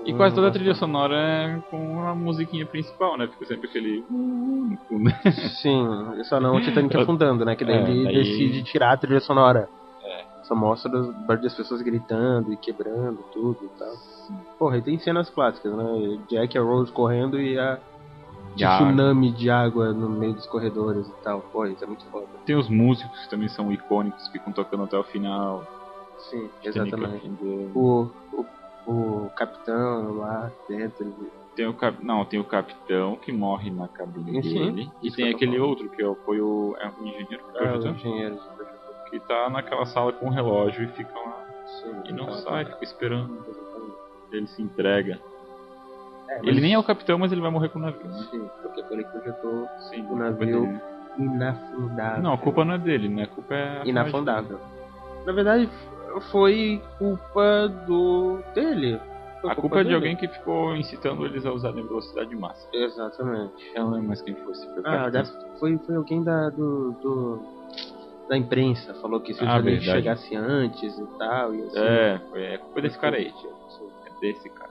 Speaker 2: E quase toda a trilha sonora é com a musiquinha principal, né? Fica sempre aquele... no fundo.
Speaker 3: Sim, só não o Titanic afundando, né? Que daí
Speaker 2: É,
Speaker 3: ele
Speaker 2: daí- É.
Speaker 3: decide tirar a trilha sonora. Só mostra os barulhos das pessoas gritando e quebrando tudo e tal. Porra, e tem cenas clássicas, né? Jack e a Rose correndo e a
Speaker 2: E a-
Speaker 3: tsunami de água no meio dos corredores e tal. Pô, isso é muito foda.
Speaker 2: Tem os músicos que também são icônicos, que ficam tocando até o final.
Speaker 3: Sim,
Speaker 2: Titanic
Speaker 3: exatamente.
Speaker 2: afundando.
Speaker 3: O, o, o capitão lá dentro.
Speaker 2: Tem o cap... Não, tem o capitão que morre na cabine
Speaker 3: Sim,
Speaker 2: dele. E
Speaker 3: isso que
Speaker 2: tem
Speaker 3: eu tô
Speaker 2: aquele
Speaker 3: falando.
Speaker 2: outro que é o- foi o, é o engenheiro que
Speaker 3: É, o
Speaker 2: projetou,
Speaker 3: engenheiro.
Speaker 2: que tá naquela sala com o relógio e fica lá.
Speaker 3: Sim,
Speaker 2: E não
Speaker 3: tá,
Speaker 2: sai,
Speaker 3: tá,
Speaker 2: fica esperando.
Speaker 3: tá.
Speaker 2: Ele se entrega.
Speaker 3: É, mas-
Speaker 2: Ele nem é o capitão, mas ele vai morrer com o navio. né?
Speaker 3: Sim, porque foi ele que projetou
Speaker 2: Sim,
Speaker 3: O
Speaker 2: a culpa é
Speaker 3: navio-
Speaker 2: dele, né?
Speaker 3: inafundável.
Speaker 2: Não, a culpa não é dele, né? A culpa é.
Speaker 3: inafundável. Na verdade, f- foi culpa do dele. Foi
Speaker 2: A culpa é de
Speaker 3: dele.
Speaker 2: alguém que ficou incitando eles a usarem velocidade máxima.
Speaker 3: Exatamente.
Speaker 2: Eu não lembro mais quem fosse. Foi o
Speaker 3: Ah,
Speaker 2: capitão.
Speaker 3: deve- foi, foi alguém da do, do- da imprensa falou que se o
Speaker 2: Ah,
Speaker 3: Titanic
Speaker 2: verdade.
Speaker 3: chegasse antes e tal e assim.
Speaker 2: É, foi- é culpa desse cara aí.
Speaker 3: Sim.
Speaker 2: É desse cara.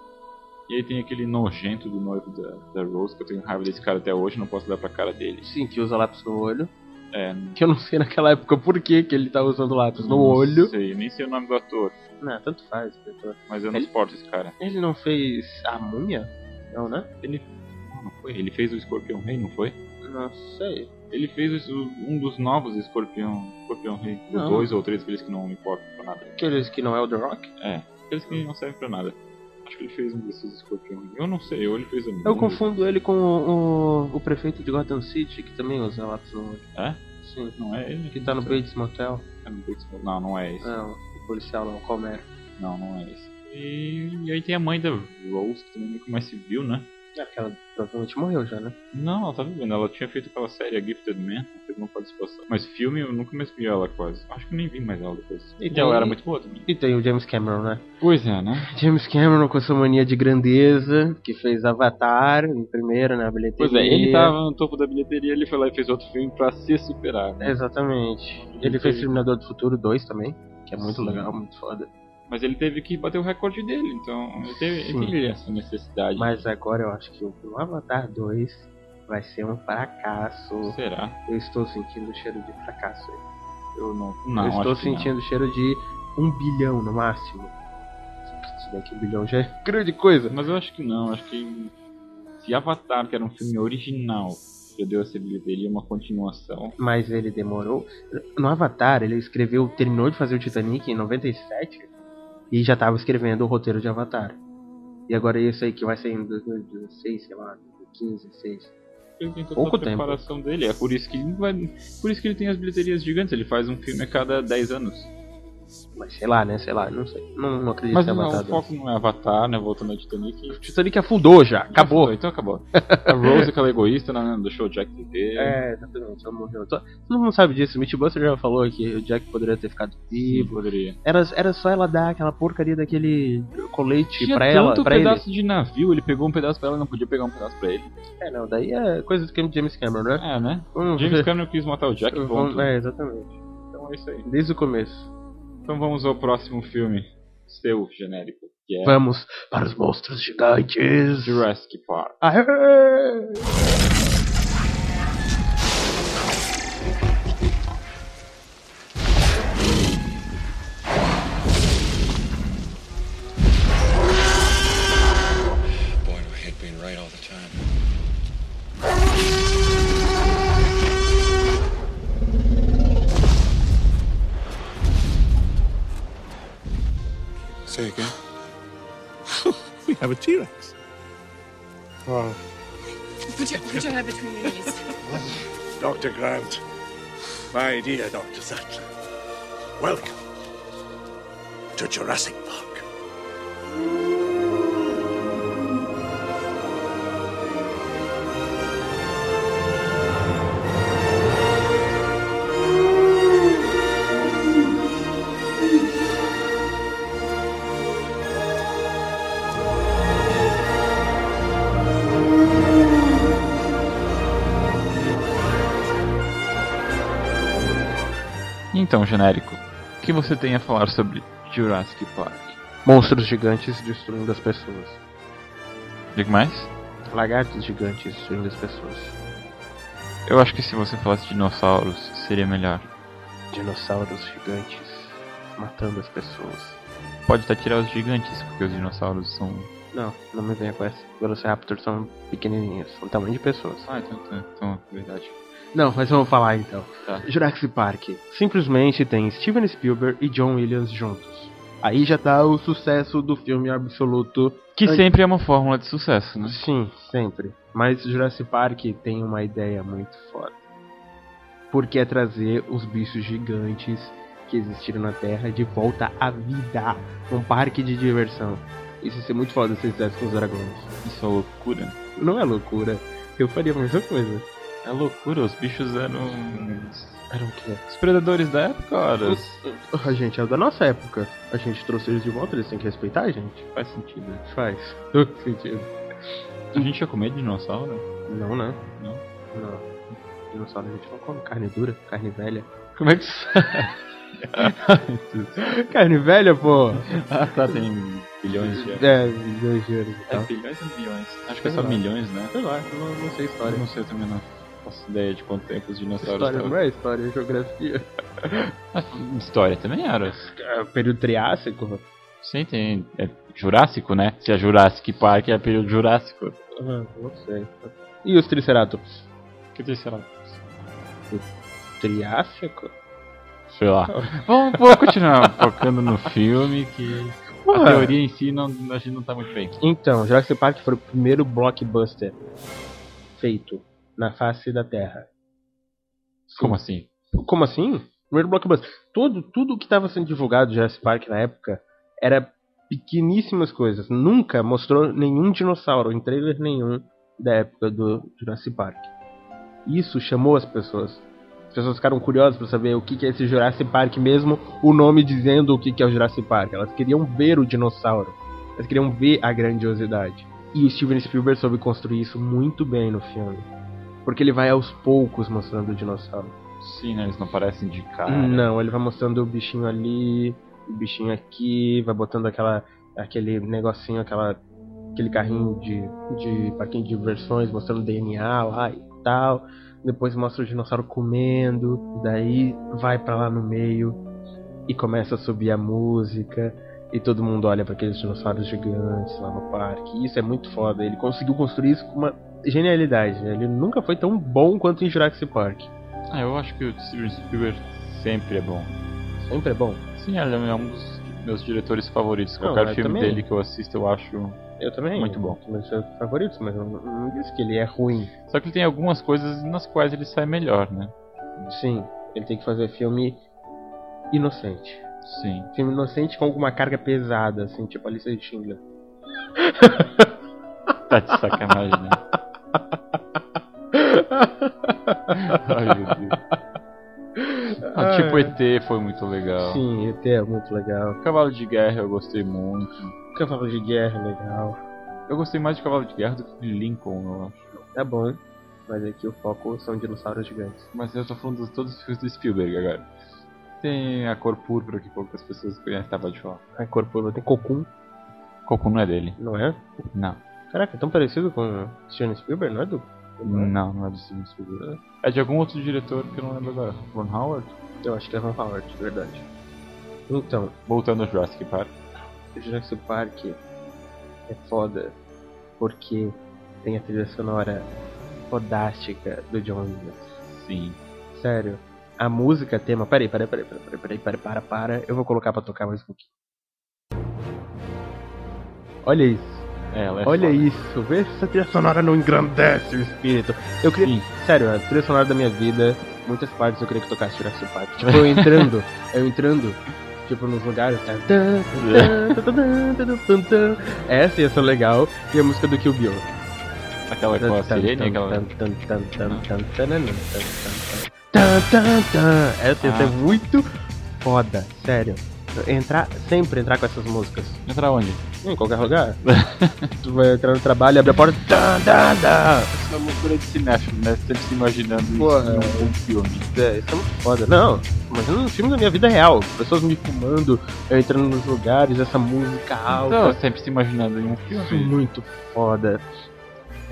Speaker 2: E aí tem aquele nojento do noivo da, da Rose, que eu tenho raiva desse cara até hoje, não posso dar pra cara dele.
Speaker 3: Sim, que usa lápis no olho.
Speaker 2: É,
Speaker 3: Que eu não sei naquela época por que que ele tá usando lápis no olho.
Speaker 2: Não sei, nem sei o nome do ator,
Speaker 3: Não, tanto faz. pessoal.
Speaker 2: mas eu não
Speaker 3: Ele-
Speaker 2: suporto esse cara.
Speaker 3: Ele não fez a múmia? Não, né?
Speaker 2: Não, não foi? Ele fez o Escorpião Rei, não foi?
Speaker 3: Não sei.
Speaker 2: Ele fez o- um dos novos Escorpião, Escorpião Rei. Os
Speaker 3: Não.
Speaker 2: dois ou três, aqueles que não importam pra nada.
Speaker 3: Aqueles que não é o The Rock?
Speaker 2: É, aqueles que não servem pra nada. Acho que ele fez um desses Escorpião Rei. Eu não sei, ou ele fez um a
Speaker 3: Eu confundo ele com o, o- o prefeito de Gotham City, que também usa lápis no olho.
Speaker 2: É?
Speaker 3: Sim.
Speaker 2: Não é ele?
Speaker 3: Que tá no Bates Motel.
Speaker 2: É no Bates Motel. Não, não é esse.
Speaker 3: Não, o policial não, o Comer.
Speaker 2: Não, não é esse. E, e aí tem a mãe da Rose, que também nunca mais se viu, né?
Speaker 3: É, porque ela provavelmente morreu já, né?
Speaker 2: Não, ela tá vivendo. Ela tinha feito aquela série A Gifted Man, ela fez uma participação. Mas filme eu nunca mais vi ela quase. Acho que nem vi mais ela depois.
Speaker 3: E
Speaker 2: E
Speaker 3: tem-
Speaker 2: Então, ela era muito boa também.
Speaker 3: E tem o James Cameron, né?
Speaker 2: Pois é, né?
Speaker 3: James Cameron com sua mania de grandeza, que fez Avatar em primeiro na bilheteria.
Speaker 2: Pois é, ele tava no topo da bilheteria, ele foi lá e fez outro filme pra se superar. né?
Speaker 3: Exatamente. Ele fez Terminador do Futuro 2 também, que é muito
Speaker 2: Sim.
Speaker 3: legal, muito foda.
Speaker 2: Mas ele teve que bater o recorde dele, então ele teve, ele
Speaker 3: Sim.
Speaker 2: teve essa necessidade.
Speaker 3: Mas agora eu acho que o Avatar 2 vai ser um fracasso.
Speaker 2: será?
Speaker 3: Eu estou sentindo o cheiro de fracasso. aí.
Speaker 2: Eu não. não
Speaker 3: eu estou
Speaker 2: acho que não.
Speaker 3: sentindo o cheiro de um bilhão no máximo. Se bem que um bilhão já é grande coisa.
Speaker 2: Mas eu acho que não, acho que se Avatar, que era um filme original, já deu essa bilheteria uma continuação.
Speaker 3: Mas ele demorou. No Avatar, ele escreveu, terminou de fazer o Titanic em 97 e já estava escrevendo o roteiro de Avatar. E agora é isso aí que vai sair em 2016, sei lá, 2015, 16.
Speaker 2: Ele tem toda
Speaker 3: Pouco
Speaker 2: a preparação dele, é por isso que ele vai, por isso que ele tem as bilheterias gigantes, ele faz um filme a cada 10 anos.
Speaker 3: Mas sei lá, né? Sei lá, não sei. Não, não acredito
Speaker 2: Mas
Speaker 3: que
Speaker 2: não,
Speaker 3: Avatar
Speaker 2: o
Speaker 3: dois.
Speaker 2: foco não é Avatar, né, voltando ao Titanic.
Speaker 3: O Titanic afundou já, acabou.
Speaker 2: Acabou, então acabou. A Rose, aquela egoísta, não, não deixou o Jack viver.
Speaker 3: É, exatamente, ela morreu. Só- Todo mundo sabe disso, o Mitch Buster já falou que o Jack poderia ter ficado
Speaker 2: Sim,
Speaker 3: vivo.
Speaker 2: poderia.
Speaker 3: Era, era só ela dar aquela porcaria daquele colete
Speaker 2: Tinha
Speaker 3: pra
Speaker 2: tanto
Speaker 3: ela, pra ele.
Speaker 2: pedaço de navio, ele pegou um pedaço pra ela, não podia pegar um pedaço pra ele.
Speaker 3: É, não, daí é coisa do Cam- James Cameron, né?
Speaker 2: É, né?
Speaker 3: Vamos
Speaker 2: James
Speaker 3: ver.
Speaker 2: Cameron quis matar o Jack, ponto.
Speaker 3: Vamos- É, exatamente.
Speaker 2: Então é isso aí.
Speaker 3: Desde o começo.
Speaker 2: Então vamos ao próximo filme, seu genérico, que é
Speaker 3: Vamos para os monstros gigantes.
Speaker 2: Jurassic Park.
Speaker 3: Aê!
Speaker 6: Boy, do I hate being right all the time. Say again.
Speaker 8: We have a T Rex.
Speaker 7: Put your, put your head between your knees.
Speaker 8: Dr. Grant. My dear Dr. Sattler. Welcome to Jurassic Park.
Speaker 2: Então, genérico, o que você tem a falar sobre Jurassic Park?
Speaker 3: Monstros gigantes destruindo as pessoas.
Speaker 2: Digo mais?
Speaker 3: Lagartos gigantes destruindo as pessoas.
Speaker 2: Eu acho que se você falasse dinossauros, seria melhor.
Speaker 3: Dinossauros gigantes matando as pessoas.
Speaker 2: Pode até tirar os gigantes, porque os dinossauros são.
Speaker 3: Não, não me venha com essa. Velociraptors são pequenininhos, são tamanho de pessoas.
Speaker 2: Ah, então, então, então verdade.
Speaker 3: Não, mas vamos falar então.
Speaker 2: Tá.
Speaker 3: Jurassic Park. Simplesmente tem Steven Spielberg e John Williams juntos. Aí já tá o sucesso do filme absoluto.
Speaker 2: Que
Speaker 3: Ai.
Speaker 2: sempre é uma fórmula de sucesso, né?
Speaker 3: Sim, sempre. Mas Jurassic Park tem uma ideia muito foda. Porque é trazer os bichos gigantes que existiram na Terra de volta à vida. Um parque de diversão. Isso ia ser muito foda se eles fizessem com os dragões.
Speaker 2: Isso é loucura.
Speaker 3: Não é loucura. Eu faria a mesma coisa.
Speaker 2: É loucura, os bichos eram.
Speaker 3: Era o quê?
Speaker 2: Os predadores da época, ora.
Speaker 3: A gente é da nossa época. A gente trouxe eles de volta, eles têm que respeitar a gente.
Speaker 2: Faz sentido.
Speaker 3: Faz. todo sentido.
Speaker 2: A gente ia comer dinossauro?
Speaker 3: Não, né?
Speaker 2: Não?
Speaker 3: Não. Dinossauro a gente não come. Carne dura, carne velha.
Speaker 2: Como é que sabe?
Speaker 3: Carne velha, pô!
Speaker 2: ah, tá, tem bilhões de anos.
Speaker 3: É, milhões de anos e
Speaker 2: É
Speaker 3: tal.
Speaker 2: bilhões ou milhões? Acho que é
Speaker 3: Tá. Sei lá.
Speaker 2: só milhões, né?
Speaker 3: Sei lá, eu não, não sei história.
Speaker 2: Eu não sei também, não faço ideia de quanto tempo os dinossauros
Speaker 3: História não
Speaker 2: estavam.
Speaker 3: é história, é geografia.
Speaker 2: Ah, História também era.
Speaker 3: É, período Triássico?
Speaker 2: Sim, tem. É Jurássico, né? Se é Jurassic Park, é período Jurássico.
Speaker 3: Ah, não sei. E os Triceratops?
Speaker 2: Que terceira?
Speaker 3: Triássico?
Speaker 2: Sei lá. Vamos vou continuar focando no filme, que a
Speaker 3: Ué.
Speaker 2: teoria em si não, a gente não tá muito bem.
Speaker 3: Então, Jurassic Park foi o primeiro blockbuster feito na face da Terra.
Speaker 2: Como assim?
Speaker 3: Como assim? Primeiro blockbuster. Tudo, tudo que estava sendo divulgado de Jurassic Park na época era pequeníssimas coisas. Nunca mostrou nenhum dinossauro em trailer nenhum da época do Jurassic Park. Isso chamou as pessoas. As pessoas ficaram curiosas para saber o que que é esse Jurassic Park mesmo, o nome dizendo o que que é o Jurassic Park. Elas queriam ver o dinossauro. Elas queriam ver a grandiosidade. E o Steven Spielberg soube construir isso muito bem no filme. Porque ele vai aos poucos mostrando o dinossauro. Hum.
Speaker 2: Sim, né? Eles não parecem de cara.
Speaker 3: Não, ele vai mostrando o bichinho ali, o bichinho aqui, vai botando aquela, aquele negocinho, aquela, aquele carrinho de, de parquinho de diversões, mostrando DNA lá e tal. Depois mostra o dinossauro comendo, daí vai pra lá no meio e começa a subir a música. E todo mundo olha pra aqueles dinossauros gigantes lá no parque. Isso é muito foda. Ele conseguiu construir isso com uma genialidade. né? Ele nunca foi tão bom quanto em Jurassic Park.
Speaker 2: Ah, eu acho que o Steven Spielberg sempre é bom.
Speaker 3: Sempre é bom.
Speaker 2: Sim, ele é um dos meus diretores favoritos.
Speaker 3: Não,
Speaker 2: Qualquer
Speaker 3: mas
Speaker 2: filme
Speaker 3: também-
Speaker 2: dele que eu assisto, eu acho.
Speaker 3: Eu também.
Speaker 2: Muito bom.
Speaker 3: Um dos meus favoritos, mas eu não- não disse que ele é ruim.
Speaker 2: Só que ele tem algumas coisas nas quais ele sai melhor, né?
Speaker 3: Sim, ele tem que fazer filme inocente.
Speaker 2: Sim.
Speaker 3: Filme inocente com alguma carga pesada, assim, tipo a lista de Schindler.
Speaker 2: Tá de sacanagem, né? Ai, meu Deus. Ah, tipo ET foi muito legal.
Speaker 3: Sim, ET é muito legal.
Speaker 2: Cavalo de Guerra eu gostei muito.
Speaker 3: Cavalo de Guerra é legal.
Speaker 2: Eu gostei mais de Cavalo de Guerra do que de Lincoln, eu acho.
Speaker 3: É bom, mas aqui o foco são dinossauros gigantes.
Speaker 2: Mas eu tô falando de todos os filmes do Spielberg agora. Tem a cor púrpura que poucas pessoas conhecem, tava de falar.
Speaker 3: A cor púrpura tem Cocum,
Speaker 2: Coco não é dele.
Speaker 3: não é?
Speaker 2: Não.
Speaker 3: Caraca, é tão parecido com Steven Spielberg, não é do?
Speaker 2: Não, não é do Steven Spielberg. É de algum outro diretor que eu não lembro agora. Ron Howard?
Speaker 3: Eu acho que é Ron Howard, de verdade. Então,
Speaker 2: Voltando ao Jurassic Park.
Speaker 3: O Jurassic Park é foda porque tem a trilha sonora fodástica do John Williams.
Speaker 2: Sim.
Speaker 3: Sério, a música tema. Peraí, peraí, peraí, peraí, peraí, peraí, peraí, para, para. Eu vou colocar pra tocar mais um pouquinho. Olha isso,
Speaker 2: É, ela é
Speaker 3: olha
Speaker 2: foda.
Speaker 3: isso. Vê se essa trilha sonora não engrandece o espírito. Eu queria.
Speaker 2: Sim.
Speaker 3: Sério, a trilha sonora da minha vida, muitas partes eu queria que tocasse Jurassic Park. Tipo, eu entrando, eu entrando, tipo, nos lugares. Tá? Tan, tan, tan, tan, tan, tan, tan. Essa ia ser legal. E a música do Kill Bill.
Speaker 2: Aquela com a
Speaker 3: Tá,
Speaker 2: sirene, aquela. né?
Speaker 3: Tan, tan, tan, tan, tan, tan, tan, tan, tan. Essa ia ser
Speaker 2: Ah.
Speaker 3: muito foda, sério. Entrar, sempre entrar com essas músicas.
Speaker 2: Entra onde?
Speaker 3: Em qualquer lugar. tu vai entrar no trabalho, abre a porta. Tan, tan, tan.
Speaker 2: Isso é uma loucura de cinéfilo, né? Sempre se imaginando isso
Speaker 3: Porra.
Speaker 2: em um bom filme.
Speaker 3: É, isso é muito foda. Não, mas um filme da minha vida real. Pessoas me fumando, eu entrando nos lugares, essa música
Speaker 2: Então,
Speaker 3: alta.
Speaker 2: sempre se imaginando em um
Speaker 3: Isso é
Speaker 2: filme.
Speaker 3: muito foda.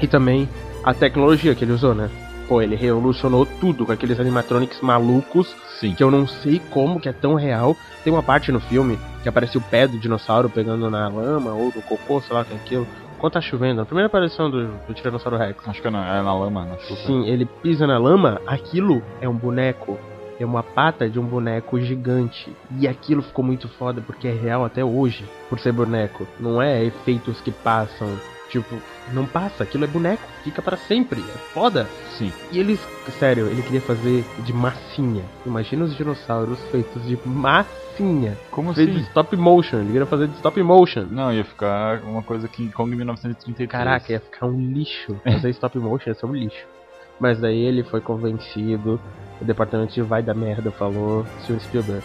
Speaker 3: E também a tecnologia que ele usou, né? Pô, ele revolucionou tudo com aqueles animatronics malucos
Speaker 2: Sim.
Speaker 3: que eu não sei como que é tão real. Tem uma parte no filme que aparece o pé do dinossauro pegando na lama ou no cocô, sei lá o que é aquilo. Quando tá chovendo, a primeira aparição do, do Tiranossauro Rex.
Speaker 2: Acho que não, é na lama, na chuva.
Speaker 3: Sim, ele pisa na lama, aquilo é um boneco. É uma pata de um boneco gigante. E aquilo ficou muito foda porque é real até hoje, por ser boneco. Não é efeitos que passam. Tipo, não passa, aquilo é boneco, fica pra sempre, é foda.
Speaker 2: Sim.
Speaker 3: E eles, sério, ele queria fazer de massinha. Imagina os dinossauros feitos de massinha.
Speaker 2: Como
Speaker 3: Feitos de
Speaker 2: assim?
Speaker 3: stop motion, ele queria fazer de stop motion.
Speaker 2: Não, ia ficar uma coisa que Kong 1933.
Speaker 3: Caraca, ia ficar um lixo. Fazer stop motion ia ser um lixo. Mas daí ele foi convencido. O departamento de vai dar merda falou: Steven Spielberg,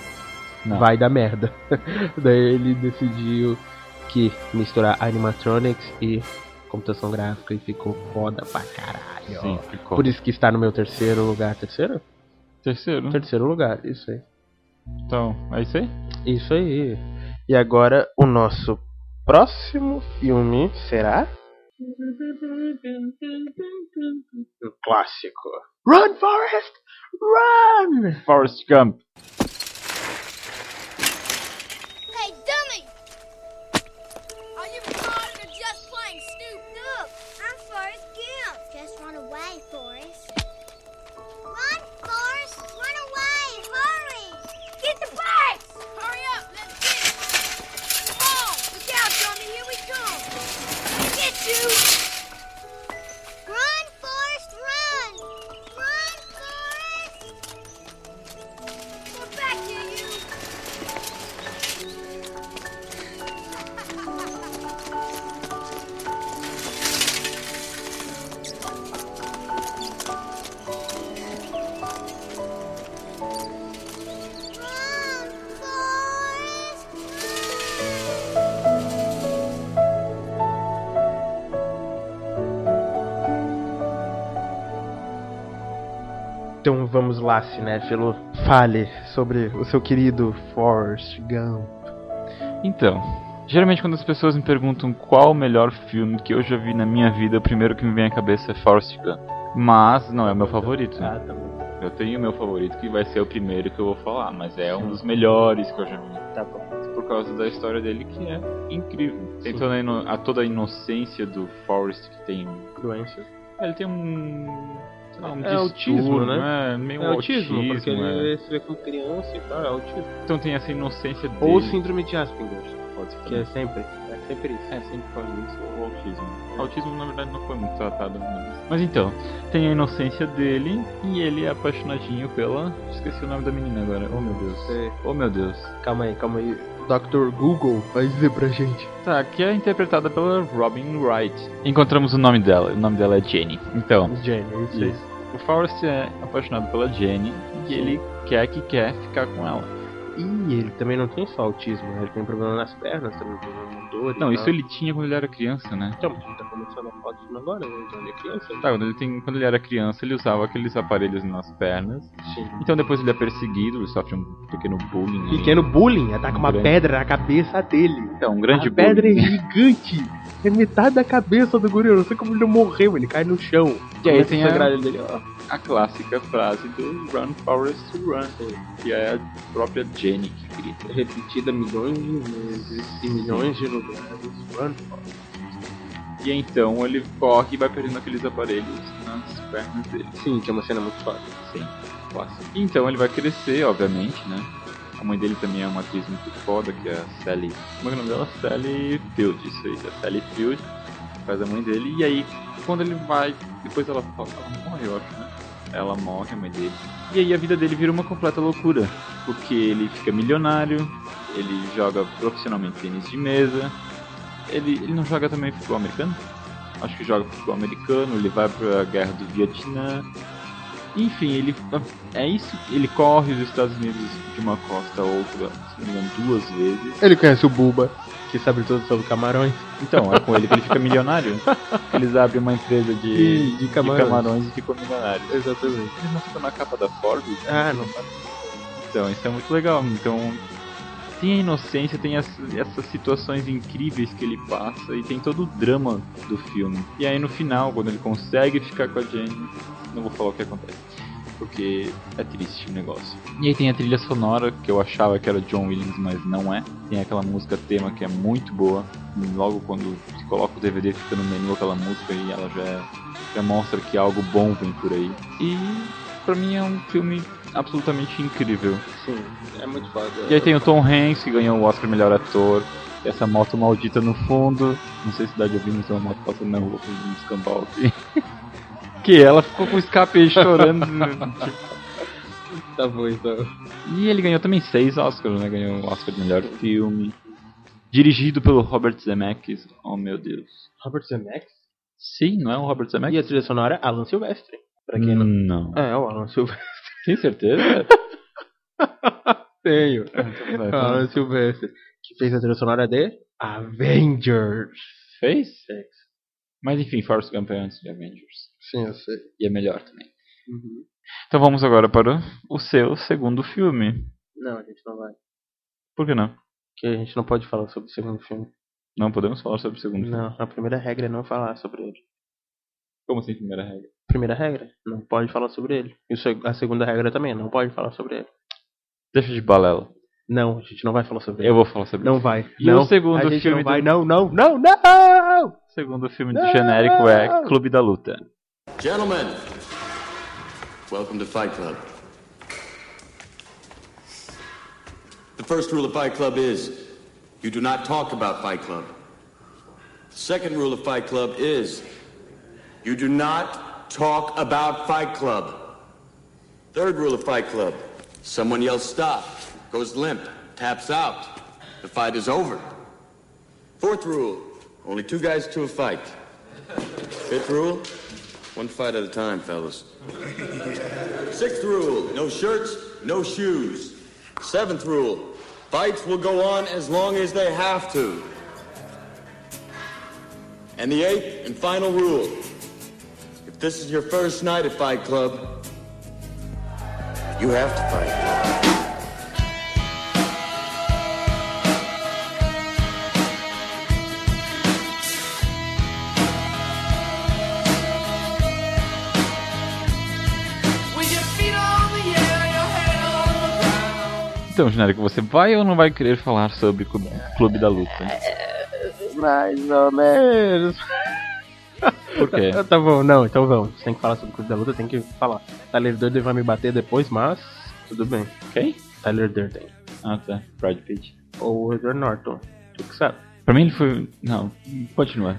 Speaker 2: Não.
Speaker 3: vai dar merda. daí ele decidiu que misturar animatronics e computação gráfica e ficou foda pra caralho.
Speaker 2: Sim, ficou.
Speaker 3: Por isso que está no meu terceiro lugar. Terceiro?
Speaker 2: Terceiro.
Speaker 3: Terceiro lugar, isso aí.
Speaker 2: Então, é isso aí?
Speaker 3: Isso aí. E agora o nosso próximo filme será. O Um clássico. Run, Forrest! Run!
Speaker 2: Forrest Gump.
Speaker 9: Hey, dummy! Are you bored or just plain snooped up? I'm Forrest Gump. Just run away, Forrest. Run, Forrest! Run away! Hurry! Get the bikes! Hurry up! Let's get it! Come on! Look out, dummy! Here we come! I get you! Run, Forrest! Run! Run, Forrest! Come back here, you! Run, Forrest, run!
Speaker 3: Então vamos lá, cinéfilo. Fale sobre o seu querido Forrest Gump.
Speaker 2: Então, geralmente quando as pessoas me perguntam qual o melhor filme que eu já vi na minha vida, o primeiro que me vem à cabeça é Forrest Gump. Mas não é o meu favorito, né?
Speaker 3: Ah, tá bom.
Speaker 2: Eu tenho o meu favorito que vai ser o primeiro que eu vou falar, mas é um dos melhores que eu já vi.
Speaker 3: Tá bom.
Speaker 2: por causa da história dele que é incrível. Tem toda a, ino- a- toda a inocência do Forrest que tem.
Speaker 3: Doença.
Speaker 2: Ele tem um. sei lá, um
Speaker 3: É autismo,
Speaker 2: distúrbio,
Speaker 3: né?
Speaker 2: É meio
Speaker 3: É autismo, porque
Speaker 2: é.
Speaker 3: ele se vê com criança e tal, é autismo.
Speaker 2: Então tem essa inocência dele.
Speaker 3: Ou síndrome de Asperger,
Speaker 2: pode ser
Speaker 3: que é sempre, é sempre isso.
Speaker 2: É, sempre foi isso, o autismo. O autismo, na verdade, não foi muito tratado. né? Mas então, tem a inocência dele e ele é apaixonadinho pela. Esqueci o nome da menina agora. Oh, meu Deus.
Speaker 3: Sei.
Speaker 2: Oh, meu Deus.
Speaker 3: Calma aí, calma aí.
Speaker 1: Dr. Google vai dizer pra gente.
Speaker 2: Tá, que é interpretada pela Robin Wright. Encontramos o nome dela. O nome dela é Jenny. Então,
Speaker 3: Jenny, isso aí.
Speaker 2: Isso. O Forrest é apaixonado pela Jenny e ele quer que quer ficar com ela.
Speaker 3: E ele também não tem só autismo, né? ele tem problema nas pernas, também problema de dor. e
Speaker 2: Não,
Speaker 3: tal.
Speaker 2: isso ele tinha quando ele era criança, né?
Speaker 3: Então, ele tá começando a falar disso agora, né? Ele é criança. né?
Speaker 2: Tá, quando ele, tem, quando ele era criança, ele usava aqueles aparelhos nas pernas.
Speaker 3: Sim.
Speaker 2: Então depois ele é perseguido, ele sofre um pequeno bullying. ali.
Speaker 3: Pequeno bullying, ataca uma
Speaker 2: Grande.
Speaker 3: pedra na cabeça dele.
Speaker 2: Então, um grande
Speaker 3: a pedra
Speaker 2: bullying.
Speaker 3: é gigante, é metade da cabeça do gorila, eu não sei como ele não morreu, ele cai no chão.
Speaker 2: E aí
Speaker 3: Começa
Speaker 2: tem
Speaker 3: a
Speaker 2: Então, é a-
Speaker 3: sangrar ele, ó.
Speaker 2: A clássica frase do Run Forrest Run, que é a própria Jenny que grita.
Speaker 3: repetida milhões de vezes e milhões de lugares. Run, Forrest.
Speaker 2: E então ele corre e vai perdendo aqueles aparelhos nas pernas dele.
Speaker 3: Sim, que é uma cena muito foda.
Speaker 2: Sim, clássico. Então ele vai crescer, obviamente, né? A mãe dele também é uma atriz muito foda, que é a Sally. Como é que é o nome dela? Sally Field, isso aí, a Sally Field, que faz a mãe dele. E aí, quando ele vai. Depois ela, ela morre, eu acho, né? Ela morre, a mãe dele. E aí a vida dele vira uma completa loucura. Porque ele fica milionário, ele joga profissionalmente tênis de mesa. Ele, ele não joga também futebol americano? Acho que joga futebol americano, ele vai pra guerra do Vietnã. Enfim, ele é isso. Ele corre dos Estados Unidos de uma costa a outra, se não me engano, duas vezes.
Speaker 1: Ele conhece o Buba.
Speaker 3: Que sabe tudo sobre camarões.
Speaker 2: Então, é com ele que ele fica milionário. Eles abrem uma empresa de,
Speaker 3: E de camarões.
Speaker 2: e ficam milionários.
Speaker 3: Exatamente.
Speaker 2: Eles não ficam na capa da Forbes?
Speaker 3: Ah, não sabe.
Speaker 2: Então, isso é muito legal. Então, tem a inocência, tem as- essas situações incríveis que ele passa e tem todo o drama do filme. E aí no final, quando ele consegue ficar com a Jenny, não vou falar o que acontece, porque é triste o negócio. E aí tem a trilha sonora, que eu achava que era John Williams, mas não é. Tem aquela música tema que é muito boa. Logo quando se coloca o DVD, fica no menu aquela música e ela já, é- já mostra que algo bom vem por aí. E pra mim é um filme absolutamente incrível.
Speaker 3: Sim, é muito foda.
Speaker 2: E aí tem o Tom Hanks, que ganhou o Oscar melhor ator. E Essa moto maldita no fundo. Não sei se dá de ouvir, mas tem uma moto passando na rua com um escambau aqui. Que ela ficou com o escape aí chorando.
Speaker 3: Tá bom, então.
Speaker 2: e ele ganhou também seis Oscars, né? Ganhou o Oscar de melhor filme. Dirigido pelo Robert Zemeckis. Oh, meu Deus.
Speaker 3: Robert Zemeckis.
Speaker 2: Sim, não é o Robert
Speaker 3: E a
Speaker 2: Zemeckis?
Speaker 3: trilha sonora, Alan Silvestre. Pra quem não...
Speaker 2: Não.
Speaker 3: Né? É, o Alan Silvestre.
Speaker 2: Tem certeza? Então
Speaker 3: Tenho. Alan Silvestre. Que fez a trilha sonora de Avengers.
Speaker 2: Fez? Mas enfim, Forrest Gump é antes de Avengers.
Speaker 3: Sim, eu sei.
Speaker 2: E é melhor também.
Speaker 3: Uhum.
Speaker 2: Então vamos agora para o seu segundo filme.
Speaker 3: Não, a gente não vai.
Speaker 2: Por que não?
Speaker 3: Porque a gente não pode falar sobre o segundo filme.
Speaker 2: Não podemos falar sobre o segundo filme.
Speaker 3: Não, a primeira regra é não falar sobre ele.
Speaker 2: Como assim, primeira regra?
Speaker 3: Primeira regra, não pode falar sobre ele. E o seg- a segunda regra também, é não pode falar sobre ele.
Speaker 2: Deixa de balela.
Speaker 3: Não, a gente não vai falar sobre
Speaker 2: Eu
Speaker 3: ele.
Speaker 2: vou falar sobre
Speaker 3: Não
Speaker 2: isso.
Speaker 3: vai.
Speaker 2: E
Speaker 3: não.
Speaker 2: o segundo
Speaker 3: a gente
Speaker 2: filme
Speaker 3: não
Speaker 2: do-
Speaker 3: vai. Não, não, não, não!
Speaker 2: O segundo filme do
Speaker 3: Não!
Speaker 2: genérico é Clube da Luta.
Speaker 10: Gentlemen, welcome to Fight Club. The first rule of Fight Club is you do not talk about Fight Club. The second rule of Fight Club is you do not talk about Fight Club. Third rule of Fight Club someone yells stop, goes limp, taps out. The fight is over. Fourth rule only two guys to a fight. Fifth rule one fight at a time, fellas. Sixth rule no shirts, no shoes. Seventh rule fights will go on as long as they have to. And the eighth and final rule if this is your first night at Fight Club, you have to fight.
Speaker 2: Então, Genérico, você vai ou não vai querer falar sobre o Clube da Luta?
Speaker 3: Mais ou menos.
Speaker 2: Por quê?
Speaker 3: tá bom, não, então vamos. Tem que falar sobre o Clube da Luta, tem que falar. Tyler Durden vai me bater depois, mas tudo bem.
Speaker 2: Quem?
Speaker 3: Tyler Durden.
Speaker 2: Ah, tá. Brad Pitt.
Speaker 3: Ou Edward Norton. Tu que sabe.
Speaker 2: Pra mim ele foi... Não, continua.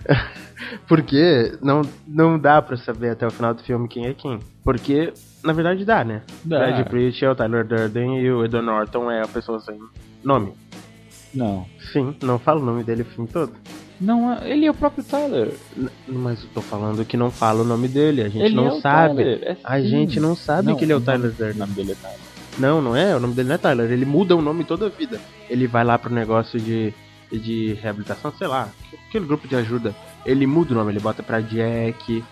Speaker 3: Porque não, não dá pra saber até o final do filme quem é quem. Porque, na verdade, dá, né?
Speaker 2: Dá.
Speaker 3: Brad Pitt é o Tyler Durden e o Edward Norton é a pessoa sem nome.
Speaker 2: Não.
Speaker 3: Sim, não fala o nome dele o filme todo.
Speaker 2: Não, ele é o próprio Tyler.
Speaker 3: N- Mas eu tô falando que não fala o nome dele, a gente
Speaker 2: Ele
Speaker 3: não
Speaker 2: é o
Speaker 3: sabe.
Speaker 2: Tyler, é
Speaker 3: a
Speaker 2: sim.
Speaker 3: gente não sabe
Speaker 2: Não,
Speaker 3: que ele é o
Speaker 2: não.
Speaker 3: Tyler
Speaker 2: O
Speaker 3: Durden.
Speaker 2: nome dele é Tyler.
Speaker 3: Não, não é, o nome dele não é Tyler, ele muda o nome toda a vida. Ele vai lá pro negócio de, de reabilitação, sei lá, aquele grupo de ajuda. Ele muda o nome, ele bota pra Jack,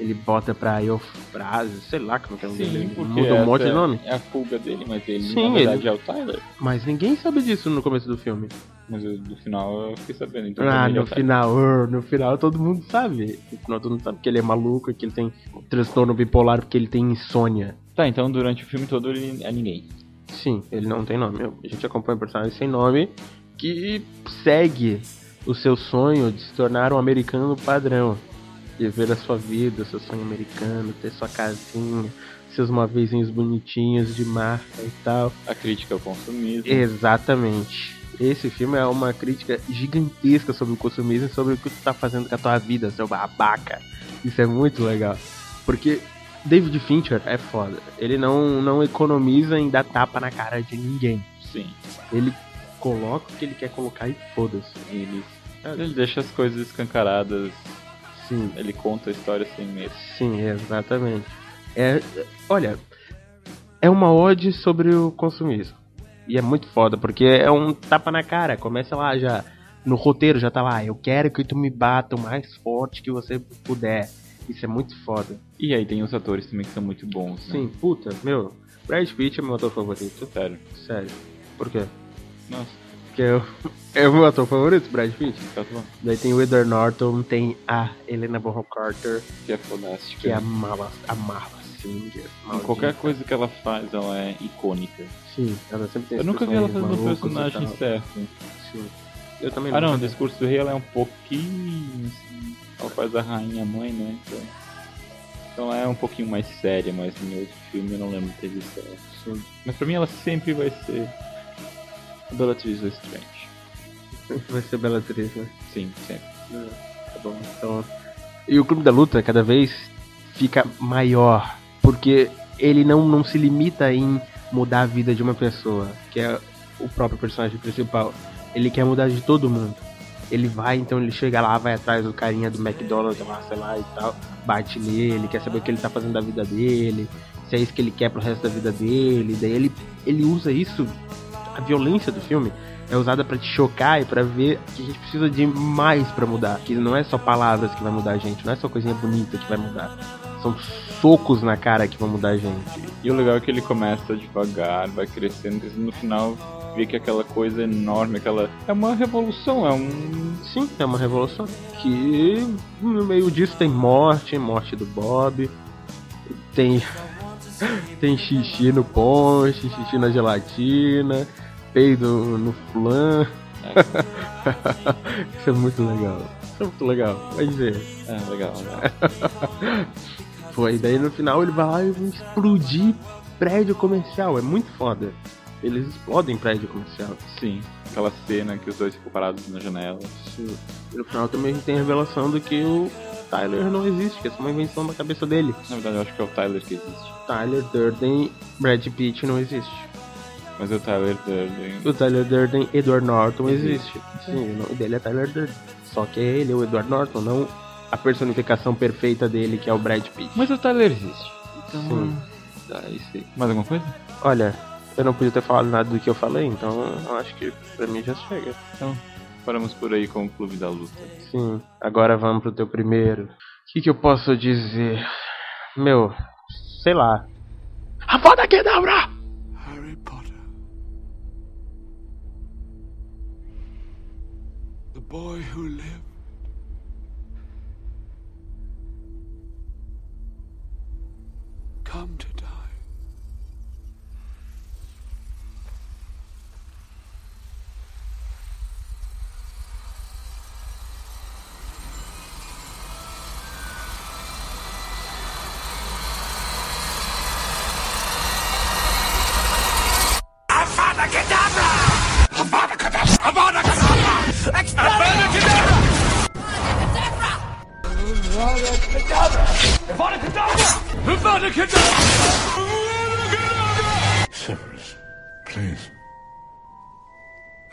Speaker 3: ele bota pra Eufrase, sei lá como que é o nome dele. Ele muda um
Speaker 2: essa
Speaker 3: monte de nome.
Speaker 2: É a fuga dele, mas ele
Speaker 3: Sim,
Speaker 2: na verdade é o Tyler.
Speaker 3: Mas ninguém sabe disso no começo do filme.
Speaker 2: Mas eu- no final eu fiquei sabendo. Então pra
Speaker 3: Ah,
Speaker 2: mim ele é
Speaker 3: no
Speaker 2: o Tyler.
Speaker 3: final, ah, no final todo mundo sabe. No final todo mundo sabe que ele é maluco, que ele tem transtorno bipolar, porque ele tem insônia.
Speaker 2: Tá, então durante o filme todo ele é ninguém.
Speaker 3: Sim, ele não tem nome. A gente acompanha um personagem sem nome que segue o seu sonho de se tornar um americano padrão. Viver a sua vida, seu sonho americano, ter sua casinha, seus móveizinhos bonitinhos de marca e tal.
Speaker 2: A crítica ao consumismo.
Speaker 3: É. Exatamente. Esse filme é uma crítica gigantesca sobre o consumismo e sobre o que tu tá fazendo com a tua vida, seu babaca. Isso é muito legal. Porque David Fincher é foda. Ele não, não economiza em dar tapa na cara de ninguém.
Speaker 2: Sim.
Speaker 3: Ele coloca o que ele quer colocar e foda-se.
Speaker 2: Ele, ele deixa as coisas escancaradas.
Speaker 3: Sim,
Speaker 2: Ele conta a história sem medo.
Speaker 3: sim, exatamente. É, olha, é uma ode sobre o consumismo. E é muito foda, porque é um tapa na cara. Começa lá já. No roteiro já tá lá. Eu quero que tu me bata o mais forte que você puder. Isso é muito foda.
Speaker 2: E aí tem os atores também que são muito bons. né?
Speaker 3: Sim, puta, meu. Brad Pitt é meu ator favorito.
Speaker 2: Sério.
Speaker 3: Sério. Por quê?
Speaker 2: Nossa,
Speaker 3: Porque eu, é o meu ator favorito, Brad Pitt.
Speaker 2: tá bom.
Speaker 3: Daí tem o Edward Norton, tem a Helena Bonham Carter,
Speaker 2: Que é fodástica.
Speaker 3: que é a Mala, a Mala Singer.
Speaker 2: Em qualquer coisa que ela faz, ela é icônica.
Speaker 3: Sim, ela sempre tem
Speaker 2: Eu
Speaker 3: esses
Speaker 2: nunca vi ela fazendo um
Speaker 3: personagens malucos então. e
Speaker 2: personagem
Speaker 3: assim, tal.
Speaker 2: certo.
Speaker 3: Sim. Eu também
Speaker 2: Ah não,
Speaker 3: nunca
Speaker 2: o
Speaker 3: vi.
Speaker 2: discurso do rei ela é um pouquinho. Assim, ela faz a rainha mãe, né? Então, então ela é um pouquinho mais séria, mas em outro filme eu não lembro de ter visto ela. Mas pra mim ela sempre vai ser a Bellatrix Lestrange.
Speaker 3: Vai
Speaker 2: é
Speaker 3: ser Bellatriz, né?
Speaker 2: Sim, sempre.
Speaker 3: Tá bom, então. E o Clube da Luta cada vez fica maior, porque ele não, não se limita em mudar a vida de uma pessoa, que é o próprio personagem principal. Ele quer mudar de todo mundo. Ele vai, então ele chega lá, vai atrás do carinha do McDonald's lá, sei lá e tal, bate nele, quer saber o que ele tá fazendo da vida dele, se é isso que ele quer pro resto da vida dele. Daí ele, ele usa isso, a violência do filme, é usada pra te chocar e pra ver que a gente precisa de mais pra mudar. Que não é só palavras que vai mudar a gente, não é só coisinha bonita que vai mudar. São socos na cara que vão mudar a gente.
Speaker 2: E o legal é que ele começa devagar, vai crescendo, crescendo no final vê que aquela coisa enorme, aquela. É uma revolução, é um.
Speaker 3: Sim, é uma revolução. Que no meio disso tem morte, morte do Bob, tem tem xixi no ponche, xixi na gelatina, peido no flan. Isso é muito legal. Isso é muito legal. Vai dizer.
Speaker 2: É, legal, legal.
Speaker 3: Foi, e daí no final ele vai lá e vai explodir prédio comercial. É muito foda. Eles explodem prédio comercial.
Speaker 2: Sim, aquela cena que os dois ficam parados na janela.
Speaker 3: E Tipo, no final também a gente tem a revelação do que o Tyler não existe, que essa é uma invenção da cabeça dele.
Speaker 2: Na verdade, eu acho que é o Tyler que existe.
Speaker 3: Tyler Durden, Brad Pitt não existe.
Speaker 2: Mas o Tyler Durden.
Speaker 3: O Tyler Durden, Edward Norton existe. Sim, o nome dele é Tyler Durden. Só que é ele, o Edward Norton, não a personificação perfeita dele, que é o Brad Pitt.
Speaker 2: Mas o Tyler existe.
Speaker 3: Sim.
Speaker 2: Aí sim. Mais alguma coisa?
Speaker 3: Olha, eu não podia ter falado nada do que eu falei, então eu acho que pra mim já chega.
Speaker 2: Então, paramos por aí com o Clube da Luta.
Speaker 3: Sim, agora vamos pro teu primeiro. O que, que eu posso dizer? Meu, sei lá. A foda é que dá,
Speaker 8: Harry Potter. The boy who lived. Come to die.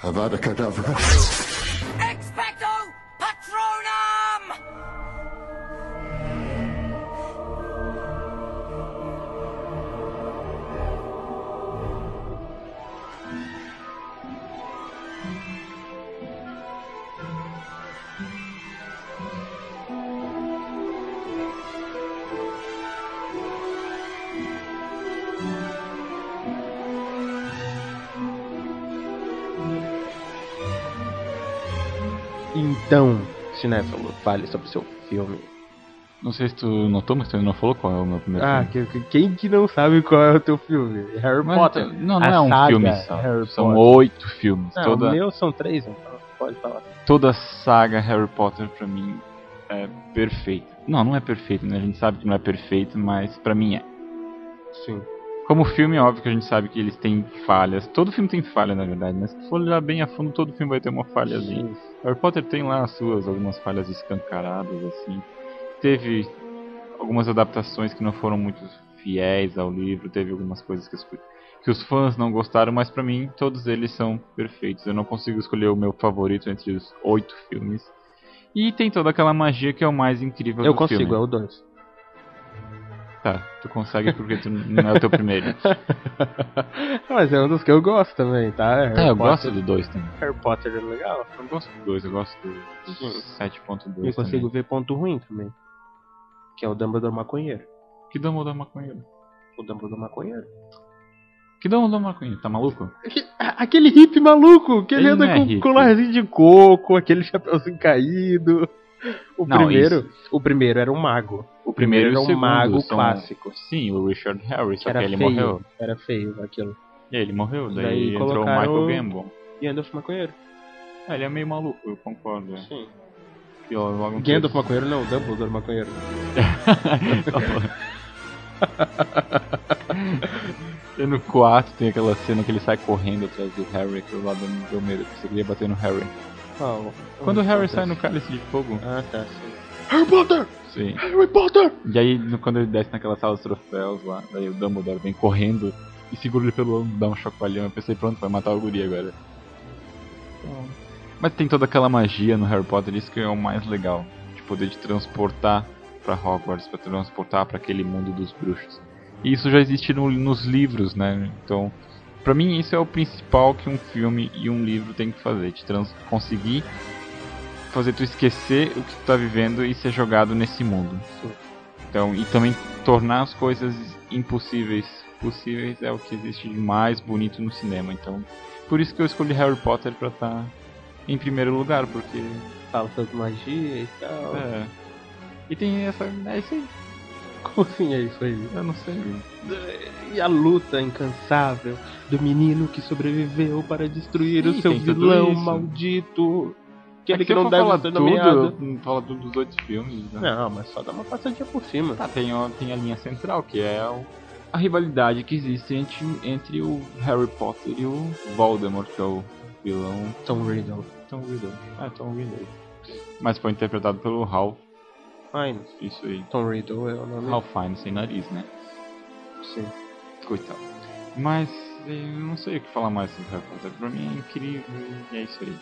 Speaker 11: Avada Kedavra.
Speaker 12: Expecto Patronum!
Speaker 3: Então, Cinéfalo, fale sobre o seu filme.
Speaker 2: Não sei se tu notou, mas tu ainda não falou qual é o meu primeiro
Speaker 3: Ah,
Speaker 2: filme.
Speaker 3: que- que- quem que não sabe qual é o teu filme? Harry
Speaker 2: Mas
Speaker 3: Potter.
Speaker 2: então, Não, não
Speaker 3: A
Speaker 2: é um
Speaker 3: saga
Speaker 2: filme só.
Speaker 3: Harry
Speaker 2: São
Speaker 3: Potter.
Speaker 2: oito filmes.
Speaker 3: Não,
Speaker 2: toda,
Speaker 3: o meu são três, então pode falar.
Speaker 2: toda a saga Harry Potter pra mim é perfeita. Não, não é perfeito, né? A gente sabe que não é perfeito, mas pra mim é.
Speaker 3: Sim.
Speaker 2: Como filme, é óbvio que a gente sabe que eles têm falhas. Todo filme tem falha, na verdade, mas se tu for olhar bem a fundo, todo filme vai ter uma falhazinha.
Speaker 3: Sim.
Speaker 2: Harry Potter tem lá as suas, algumas falhas escancaradas, assim. Teve algumas adaptações que não foram muito fiéis ao livro, teve algumas coisas que, as cu- que os fãs não gostaram, mas pra mim todos eles são perfeitos. Eu não consigo escolher o meu favorito entre os oito filmes. E tem toda aquela magia que é o mais incrível
Speaker 3: Eu
Speaker 2: do
Speaker 3: consigo,
Speaker 2: filme.
Speaker 3: é o dois.
Speaker 2: Tá, tu consegue porque tu não é o teu primeiro.
Speaker 3: Mas é um dos que eu gosto também, tá? Harry
Speaker 2: É, eu gosto
Speaker 3: Potter-
Speaker 2: do dois também.
Speaker 3: Harry Potter é legal.
Speaker 2: Eu gosto do 2, eu gosto do
Speaker 3: Sim.
Speaker 2: 7.2.
Speaker 3: Eu consigo
Speaker 2: também.
Speaker 3: ver ponto ruim também. Que é o Dumbledore maconheiro.
Speaker 2: Que Dumbledore maconheiro?
Speaker 3: O Dumbledore maconheiro.
Speaker 2: Que Dumbledore maconheiro? Tá maluco?
Speaker 3: Aquele hippie maluco que ele,
Speaker 2: Ele
Speaker 3: anda
Speaker 2: não é
Speaker 3: com
Speaker 2: hippie.
Speaker 3: colarzinho de coco, aquele chapéuzinho caído. O
Speaker 2: Não,
Speaker 3: primeiro, o primeiro era um mago. O primeiro,
Speaker 2: e
Speaker 3: era
Speaker 2: o
Speaker 3: um
Speaker 2: segundo
Speaker 3: mago
Speaker 2: são-
Speaker 3: clássico.
Speaker 2: Sim, o Richard Harris,
Speaker 3: Que
Speaker 2: só que
Speaker 3: era
Speaker 2: ele
Speaker 3: feio,
Speaker 2: morreu.
Speaker 3: era feio aquilo.
Speaker 2: E ele morreu, daí,
Speaker 3: Daí
Speaker 2: entrou
Speaker 3: colocaram-
Speaker 2: o Michael Gambon.
Speaker 3: Gandalf maconheiro.
Speaker 2: Ah, ele é meio maluco, eu concordo. é.
Speaker 3: Sim.
Speaker 2: Que logo- logo
Speaker 3: Gandalf maconheiro não, Dumbledore maconheiro.
Speaker 2: E no 4 tem aquela cena que ele sai correndo atrás do Harry, que eu lá deu deu medo, porque você queria bater no Harry. Quando o Harry sai no cálice de fogo,
Speaker 3: Ah, tá, sim.
Speaker 11: Harry Potter!
Speaker 3: É.
Speaker 2: sim.
Speaker 11: Harry Potter!
Speaker 2: E aí, no- quando ele desce naquela sala dos troféus lá, daí o Dumbledore vem correndo e segura ele pelo ombro, dá um chacoalhão. Eu pensei, pronto, vai matar o guri agora. Então, Mas tem toda aquela magia no Harry Potter, isso que é o mais legal. De poder te transportar pra Hogwarts, pra transportar pra aquele mundo dos bruxos. E isso já existe no- nos livros, né? Então, pra mim isso é o principal que um filme e um livro tem que fazer. Te trans conseguir fazer tu esquecer o que tu tá vivendo e ser jogado nesse mundo. Então, e também tornar as coisas impossíveis possíveis é o que existe de mais bonito no cinema. Então, por isso que eu escolhi Harry Potter pra estar em primeiro lugar, porque
Speaker 3: Fala sobre magia e tal.
Speaker 2: é. E tem essa, é isso aí.
Speaker 3: Como assim é isso aí?
Speaker 2: Eu não sei.
Speaker 3: E a luta incansável do menino que sobreviveu para destruir
Speaker 2: Sim,
Speaker 3: o seu
Speaker 2: tem tudo
Speaker 3: vilão
Speaker 2: isso.
Speaker 3: maldito.
Speaker 2: É
Speaker 3: Aquele
Speaker 2: se
Speaker 3: que
Speaker 2: eu
Speaker 3: não
Speaker 2: for
Speaker 3: deve
Speaker 2: falar
Speaker 3: ser nomeado. É.
Speaker 2: tudo, eu- fala tudo dos oito filmes. né?
Speaker 3: Não, mas só dá uma passadinha por cima.
Speaker 2: Tá, tem, ó- tem a linha central, que é o- a rivalidade que existe entre, entre o Harry Potter e o Voldemort, que é o vilão
Speaker 3: Tom Riddle.
Speaker 2: Tom Riddle. Ah, Tom Riddle. Mas foi interpretado pelo Hal,
Speaker 3: Fine.
Speaker 2: isso aí.
Speaker 3: Tom Riddle é o nome.
Speaker 2: Hal Fine sem nariz, né?
Speaker 3: Sim.
Speaker 2: Coitado. Mas eh, eu não sei o que falar mais sobre Harry Potter. Pra mim é incrível e é isso aí.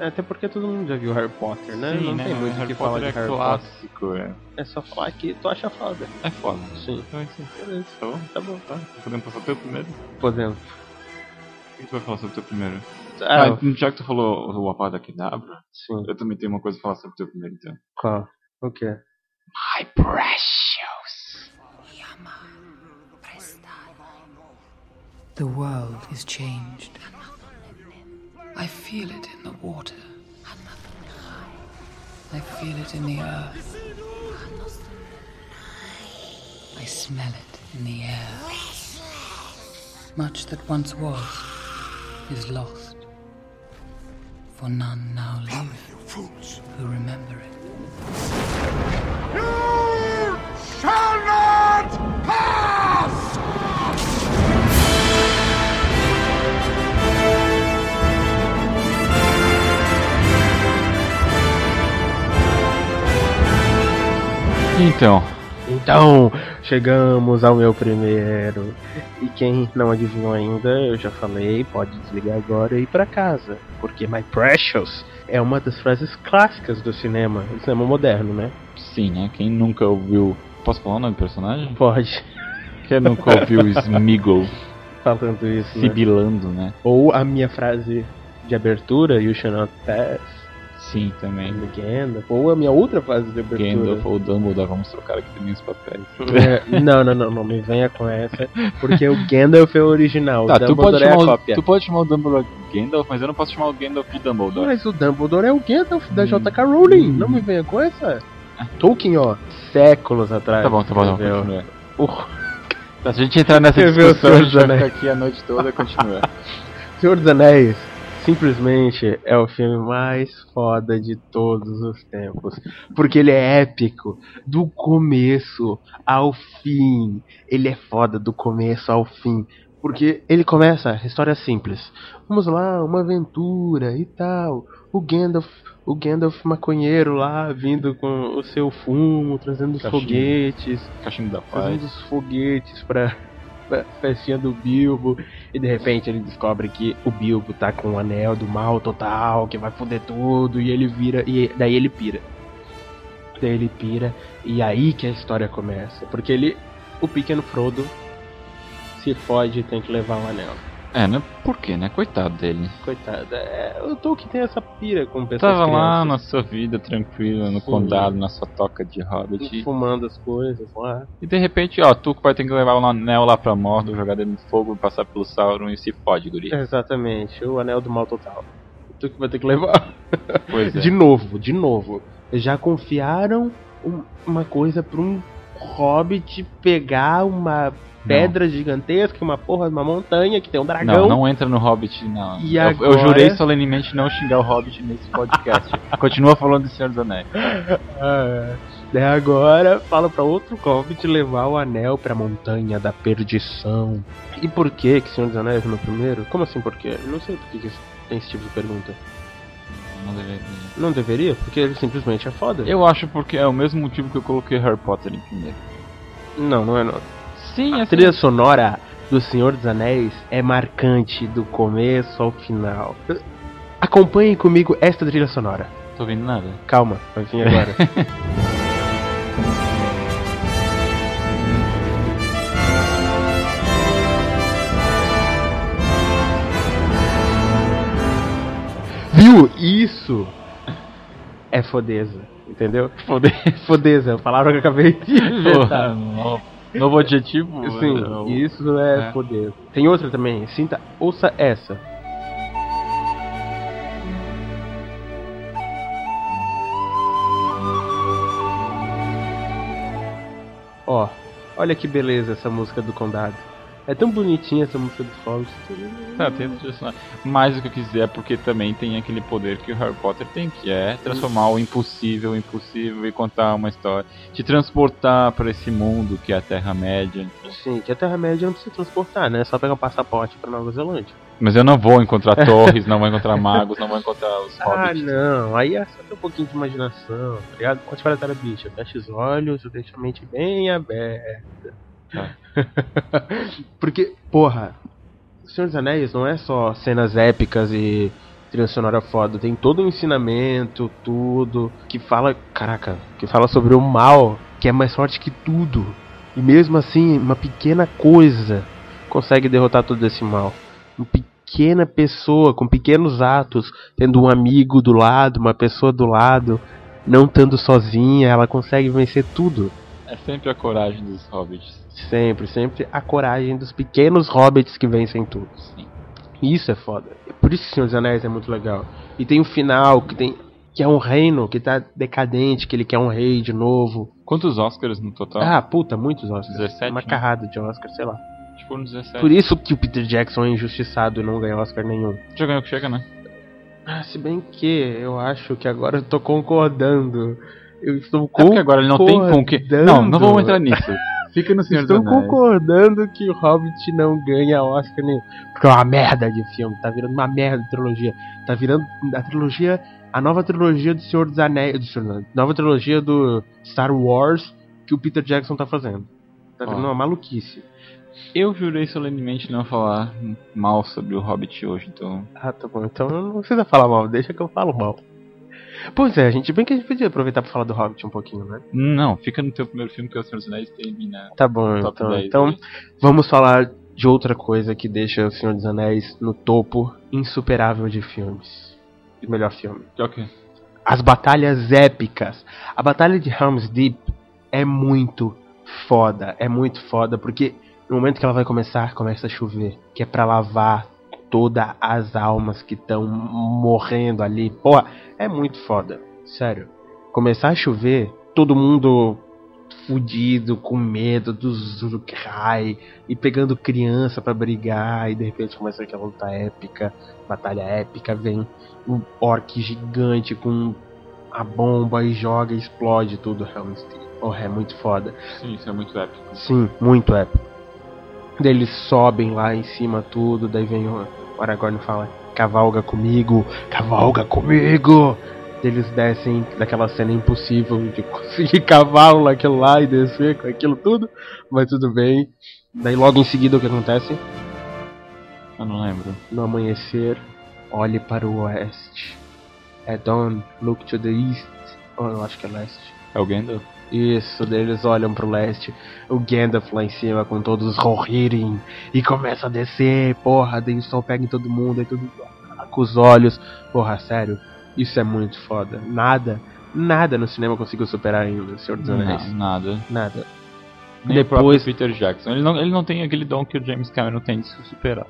Speaker 3: É, Até porque todo mundo já viu Harry Potter, né?
Speaker 2: Sim,
Speaker 3: não
Speaker 2: né?
Speaker 3: tem muito o
Speaker 2: Harry
Speaker 3: que
Speaker 2: Potter
Speaker 3: falar de
Speaker 2: é
Speaker 3: Harry Potter.
Speaker 2: clássico, é.
Speaker 3: É só falar que tu acha foda.
Speaker 2: É foda.
Speaker 3: Sim.
Speaker 2: Então é isso aí. Beleza, tá bom?
Speaker 3: Tá bom.
Speaker 2: Tá. Podemos passar o teu primeiro?
Speaker 3: Podemos.
Speaker 2: O que tu vai falar sobre o teu primeiro?
Speaker 3: Ah,
Speaker 2: Ah, já que tu falou o Apada Kedavra,
Speaker 3: sim.
Speaker 2: eu também tenho uma coisa pra falar sobre o teu primeiro, então.
Speaker 3: Qual? O quê?
Speaker 2: My precious!
Speaker 12: The world is changed. I feel it in the water. I feel it in the earth. I smell it in the air. Much that once was is lost. For none now live
Speaker 8: You fools.
Speaker 12: who remember it.
Speaker 2: Então,
Speaker 3: Então, chegamos ao meu primeiro. E quem não adivinhou ainda, eu já falei, pode desligar agora e ir pra casa. Porque My Precious é uma das frases clássicas do cinema, do cinema moderno, né?
Speaker 2: Sim, né? Quem nunca ouviu. Posso falar o nome do personagem?
Speaker 3: Pode.
Speaker 2: Quem nunca ouviu Smiggle
Speaker 3: Falando isso. né?
Speaker 2: sibilando, né?
Speaker 3: Ou a minha frase de abertura, You Shall Not Pass,
Speaker 2: Sim, também.
Speaker 3: do Gandalf. Ou a minha outra frase de abertura.
Speaker 2: Gandalf ou Dumbledore, vamos trocar aqui também os papéis.
Speaker 3: É, não, não, não, não me venha com essa, porque o Gandalf é o original,
Speaker 2: Tá,
Speaker 3: o
Speaker 2: tu pode,
Speaker 3: Dumbledore é
Speaker 2: chamar
Speaker 3: a
Speaker 2: o,
Speaker 3: cópia.
Speaker 2: tu pode chamar o Dumbledore de Gandalf, mas eu não posso chamar o Gandalf de Dumbledore.
Speaker 3: Mas o Dumbledore é o Gandalf
Speaker 2: Hum.
Speaker 3: da J.K. Rowling, não me venha com essa. Tolkien, ó, séculos atrás.
Speaker 2: Ah. Tá bom, tá bom, tá bom.
Speaker 3: entendeu?
Speaker 2: continua.
Speaker 3: É, O
Speaker 2: Tá, Se a gente entrar nessa
Speaker 3: Escreveu
Speaker 2: discussão, a
Speaker 3: Senhor
Speaker 2: gente vai
Speaker 3: dos
Speaker 2: ficar
Speaker 3: Anéis.
Speaker 2: aqui a noite toda e continua.
Speaker 3: Senhor dos Anéis simplesmente é o filme mais foda de todos os tempos. Porque ele é épico do começo ao fim. Ele é foda do começo ao fim. Porque ele começa, história é simples. Vamos lá, uma aventura e tal. O Gandalf, o Gandalf maconheiro lá, vindo com o seu fumo, trazendo os
Speaker 2: Cachimbo.
Speaker 3: foguetes
Speaker 2: Cachimbo da paz.
Speaker 3: fazendo os foguetes pra, pra festinha do Bilbo. E de repente ele descobre que o Bilbo tá com o anel do mal total, que vai foder tudo. E ele vira, e daí ele pira. Daí ele pira, e aí que a história começa. Porque ele, o pequeno Frodo, se fode e tem que levar o anel.
Speaker 2: É, né? Por quê, né? Coitado dele.
Speaker 3: Coitado, é, o Tolkien tem essa pira com pessoas
Speaker 2: Tava lá
Speaker 3: crianças,
Speaker 2: na sua vida tranquila, no
Speaker 3: Sim.
Speaker 2: condado, na sua toca de hobbit.
Speaker 3: fumando as coisas lá.
Speaker 2: E de repente, ó, tu que vai ter que levar o anel lá pra Mordor, jogar dentro do fogo, passar pelo Sauron e se fode, guri.
Speaker 3: Exatamente, o anel do mal total. Tu que vai ter que levar.
Speaker 2: Pois é.
Speaker 3: De novo, de novo. Já confiaram um- uma coisa pra um hobbit pegar uma pedra gigantesca, uma porra, uma montanha que tem um
Speaker 2: Não,
Speaker 3: dragão.
Speaker 2: não entra no Hobbit, não.
Speaker 3: E
Speaker 2: eu, eu
Speaker 3: agora?
Speaker 2: jurei solenemente não xingar o Hobbit nesse podcast. Continua falando do Senhor dos Anéis.
Speaker 3: Ah, Daí agora fala pra outro hobbit levar o anel pra montanha da perdição. E por que que Senhor dos Anéis é o meu primeiro? Como assim por quê? Eu Não sei por que que tem esse tipo de pergunta.
Speaker 2: Não deveria.
Speaker 3: Não deveria? Porque ele simplesmente é foda.
Speaker 2: Eu acho porque é o mesmo motivo que eu coloquei Harry Potter em primeiro. Ah,
Speaker 3: Não, não é não.
Speaker 2: Sim,
Speaker 3: A trilha sonora do Senhor dos Anéis é marcante do começo ao final. Acompanhem comigo esta trilha sonora.
Speaker 2: Tô ouvindo nada.
Speaker 3: Calma, vai vir agora. Viu? Isso é fodeza, entendeu? Fodeza. Fodeza, a palavra que eu acabei de inventar.
Speaker 2: Porra, novo, novo adjetivo?
Speaker 3: Sim,
Speaker 2: é o-
Speaker 3: isso é,
Speaker 2: é.
Speaker 3: poder. Tem outra também, sinta, ouça essa. Ó, olha que beleza essa música do Condado. É tão bonitinha essa música do Forest.
Speaker 2: Tá, tem a trilha sonora. Mais do que eu quiser, porque também tem aquele poder que o Harry Potter tem, que é transformar o impossível em possível e contar uma história. Te transportar pra esse mundo que é a Terra-média.
Speaker 3: Sim, que a Terra-média não precisa transportar, né? É só pegar um passaporte pra Nova Zelândia.
Speaker 2: Mas eu não vou encontrar torres, não vou encontrar magos, não vou encontrar os
Speaker 3: Ah,
Speaker 2: hobbits.
Speaker 3: não. Aí é só ter um pouquinho de imaginação, tá ligado? Pode parar a bicha. Fecha os olhos, eu deixo a mente bem aberta.
Speaker 2: Tá.
Speaker 3: Porque, porra, O Senhor dos Anéis não é só cenas épicas e trilha sonora foda. Tem todo um ensinamento, tudo, que fala, caraca, que fala sobre o mal, que é mais forte que tudo. E mesmo assim, uma pequena coisa consegue derrotar todo esse mal. Uma pequena pessoa, com pequenos atos, tendo um amigo do lado, uma pessoa do lado, não estando sozinha, ela consegue vencer tudo.
Speaker 2: É sempre a coragem dos hobbits.
Speaker 3: Sempre, sempre a coragem dos pequenos hobbits que vencem tudo.
Speaker 2: Sim.
Speaker 3: Isso é foda. Por isso que Senhor dos Anéis é muito legal. E tem o final, que tem que é um reino que tá decadente, que ele quer um rei de novo.
Speaker 2: Quantos Oscars no total?
Speaker 3: Ah, puta, muitos Oscars.
Speaker 2: 17,
Speaker 3: Uma
Speaker 2: né?
Speaker 3: carrada de Oscar, sei lá.
Speaker 2: Acho que foram 17.
Speaker 3: Por isso que o Peter Jackson é injustiçado e não ganhou Oscar nenhum.
Speaker 2: Já ganhou o que chega, né?
Speaker 3: Ah, se bem que eu acho que agora eu tô concordando. Eu estou
Speaker 2: É porque
Speaker 3: concordando.
Speaker 2: agora ele não tem com o que. Não, não vamos entrar nisso. Fica no Senhor
Speaker 3: Estou
Speaker 2: dos Anéis.
Speaker 3: concordando que o Hobbit não ganha Oscar nenhum. Porque é uma merda de filme, tá virando uma merda de trilogia. Tá virando a trilogia, a nova trilogia do Senhor dos Anéis, do Senhor, não, nova trilogia do Star Wars que o Peter Jackson tá fazendo. Tá
Speaker 2: Ó.
Speaker 3: vendo? Uma maluquice.
Speaker 2: Eu jurei solenemente não falar mal sobre o Hobbit hoje, então.
Speaker 3: Ah, tá bom. Então não precisa falar mal, deixa que eu falo mal. Pois é, gente, bem que a gente podia aproveitar pra falar do Hobbit um pouquinho, né?
Speaker 2: Não, fica no teu primeiro filme que é o Senhor dos Anéis termina.
Speaker 3: Tá bom,
Speaker 2: Top
Speaker 3: então,
Speaker 2: 10,
Speaker 3: então
Speaker 2: né?
Speaker 3: vamos falar de outra coisa que deixa O Senhor dos Anéis no topo insuperável de filmes. De melhor filme.
Speaker 2: Que é o quê?
Speaker 3: As batalhas épicas. A batalha de Helm's Deep é muito foda. É muito foda, porque no momento que ela vai começar, começa a chover. Que é pra lavar todas as almas que estão morrendo ali. Porra, é muito foda. Sério. Começar a chover, todo mundo fudido, com medo dos Urukai, e pegando criança pra brigar, e de repente começa aquela luta épica, batalha épica, vem um orc gigante com a bomba e joga e explode tudo, Helm's Deep. Porra, é muito foda.
Speaker 2: Sim, isso é muito épico.
Speaker 3: Sim, muito épico. Daí eles sobem lá em cima tudo, daí vem o o Aragorn e fala, cavalga comigo, cavalga comigo! Daí Eles descem daquela cena impossível de conseguir cavalo aquilo lá e descer com aquilo tudo, mas tudo bem. Daí logo em seguida o que acontece?
Speaker 2: Eu não lembro.
Speaker 3: No amanhecer, olhe para o oeste. At dawn, look to the east. Oh, eu acho que é leste.
Speaker 2: É o Gandalf?
Speaker 3: Isso, daí eles olham pro leste, o Gandalf lá em cima com todos os Rohirrim e começa a descer, porra, daí o sol pega em todo mundo, aí todo mundo com os olhos, porra, sério, isso é muito foda. Nada, nada no cinema conseguiu superar ainda o Senhor dos Anéis.
Speaker 2: Não, nada.
Speaker 3: Nada.
Speaker 2: Nem
Speaker 3: Depois-
Speaker 2: Depois... o próprio Peter Jackson. Ele não, ele não tem aquele dom que o James Cameron tem de se superar.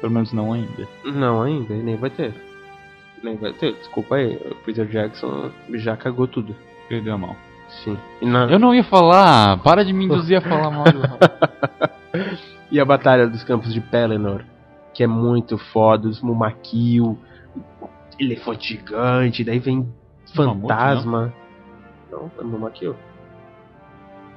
Speaker 2: Pelo menos não ainda.
Speaker 3: Não, ainda, e nem vai ter. Nem vai ter, desculpa aí, o Peter Jackson já cagou tudo.
Speaker 2: Perdeu a mão.
Speaker 3: Sim. E na-
Speaker 2: Eu não ia falar! Para de me induzir a falar mal do Hobbit.
Speaker 3: E a Batalha dos Campos de Pelennor, que é muito foda, os Mumakil, elefante gigante, daí vem
Speaker 2: Mamute,
Speaker 3: fantasma. Não, é Mumakil.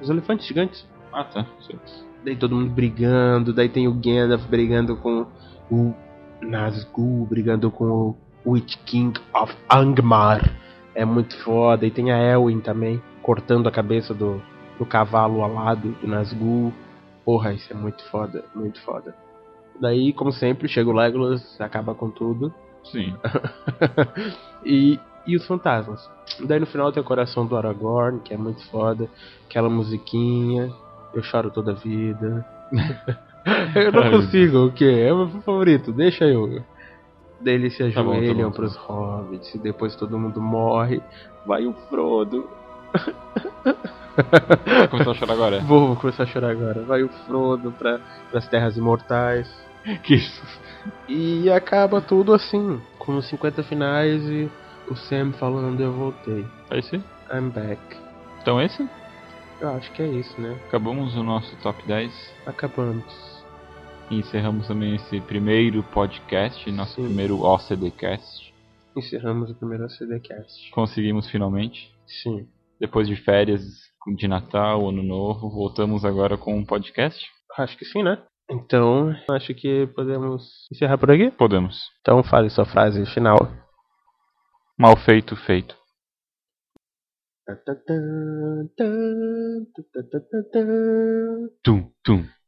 Speaker 3: Os elefantes gigantes.
Speaker 2: Ah, tá. Sim.
Speaker 3: Daí todo mundo brigando, daí tem o Gandalf brigando com o Nazgûl, brigando com o Witch King of Angmar. É muito foda. E tem a Elwin também, cortando a cabeça do, do cavalo alado do Nazgûl. Porra, isso é muito foda, muito foda. Daí, como sempre, chega o Legolas, acaba com tudo.
Speaker 2: Sim.
Speaker 3: e, e os fantasmas. Daí no final tem o coração do Aragorn, que é muito foda. Aquela musiquinha. Eu choro toda a vida. eu não
Speaker 2: Ai, meu
Speaker 3: consigo, o quê? É o meu favorito, deixa eu. Daí eles se
Speaker 2: Tá bom, tá
Speaker 3: ajoelham
Speaker 2: bom, tá
Speaker 3: pros hobbits, e depois todo mundo morre. Vai o Frodo.
Speaker 2: Vai começar a chorar agora.
Speaker 3: Vou, vou começar a chorar agora. Vai o Frodo pra, pras terras imortais.
Speaker 2: Que isso?
Speaker 3: E acaba tudo assim, com os 50 finais e o Sam falando: Eu voltei.
Speaker 2: É esse?
Speaker 3: I'm back.
Speaker 2: Então esse?
Speaker 3: Eu acho que é isso, né?
Speaker 2: Acabamos o nosso top 10.
Speaker 3: Acabamos.
Speaker 2: E encerramos também esse primeiro podcast, nosso
Speaker 3: Sim.
Speaker 2: primeiro OCDcast.
Speaker 3: Encerramos o primeiro CDcast.
Speaker 2: Conseguimos finalmente.
Speaker 3: Sim.
Speaker 2: Depois de férias de Natal, Ano Novo, voltamos agora com um podcast.
Speaker 3: Acho que sim, né? Então, acho que podemos encerrar por aqui.
Speaker 2: Podemos.
Speaker 3: Então, fale sua frase final.
Speaker 2: Mal feito, feito. Tum, tum.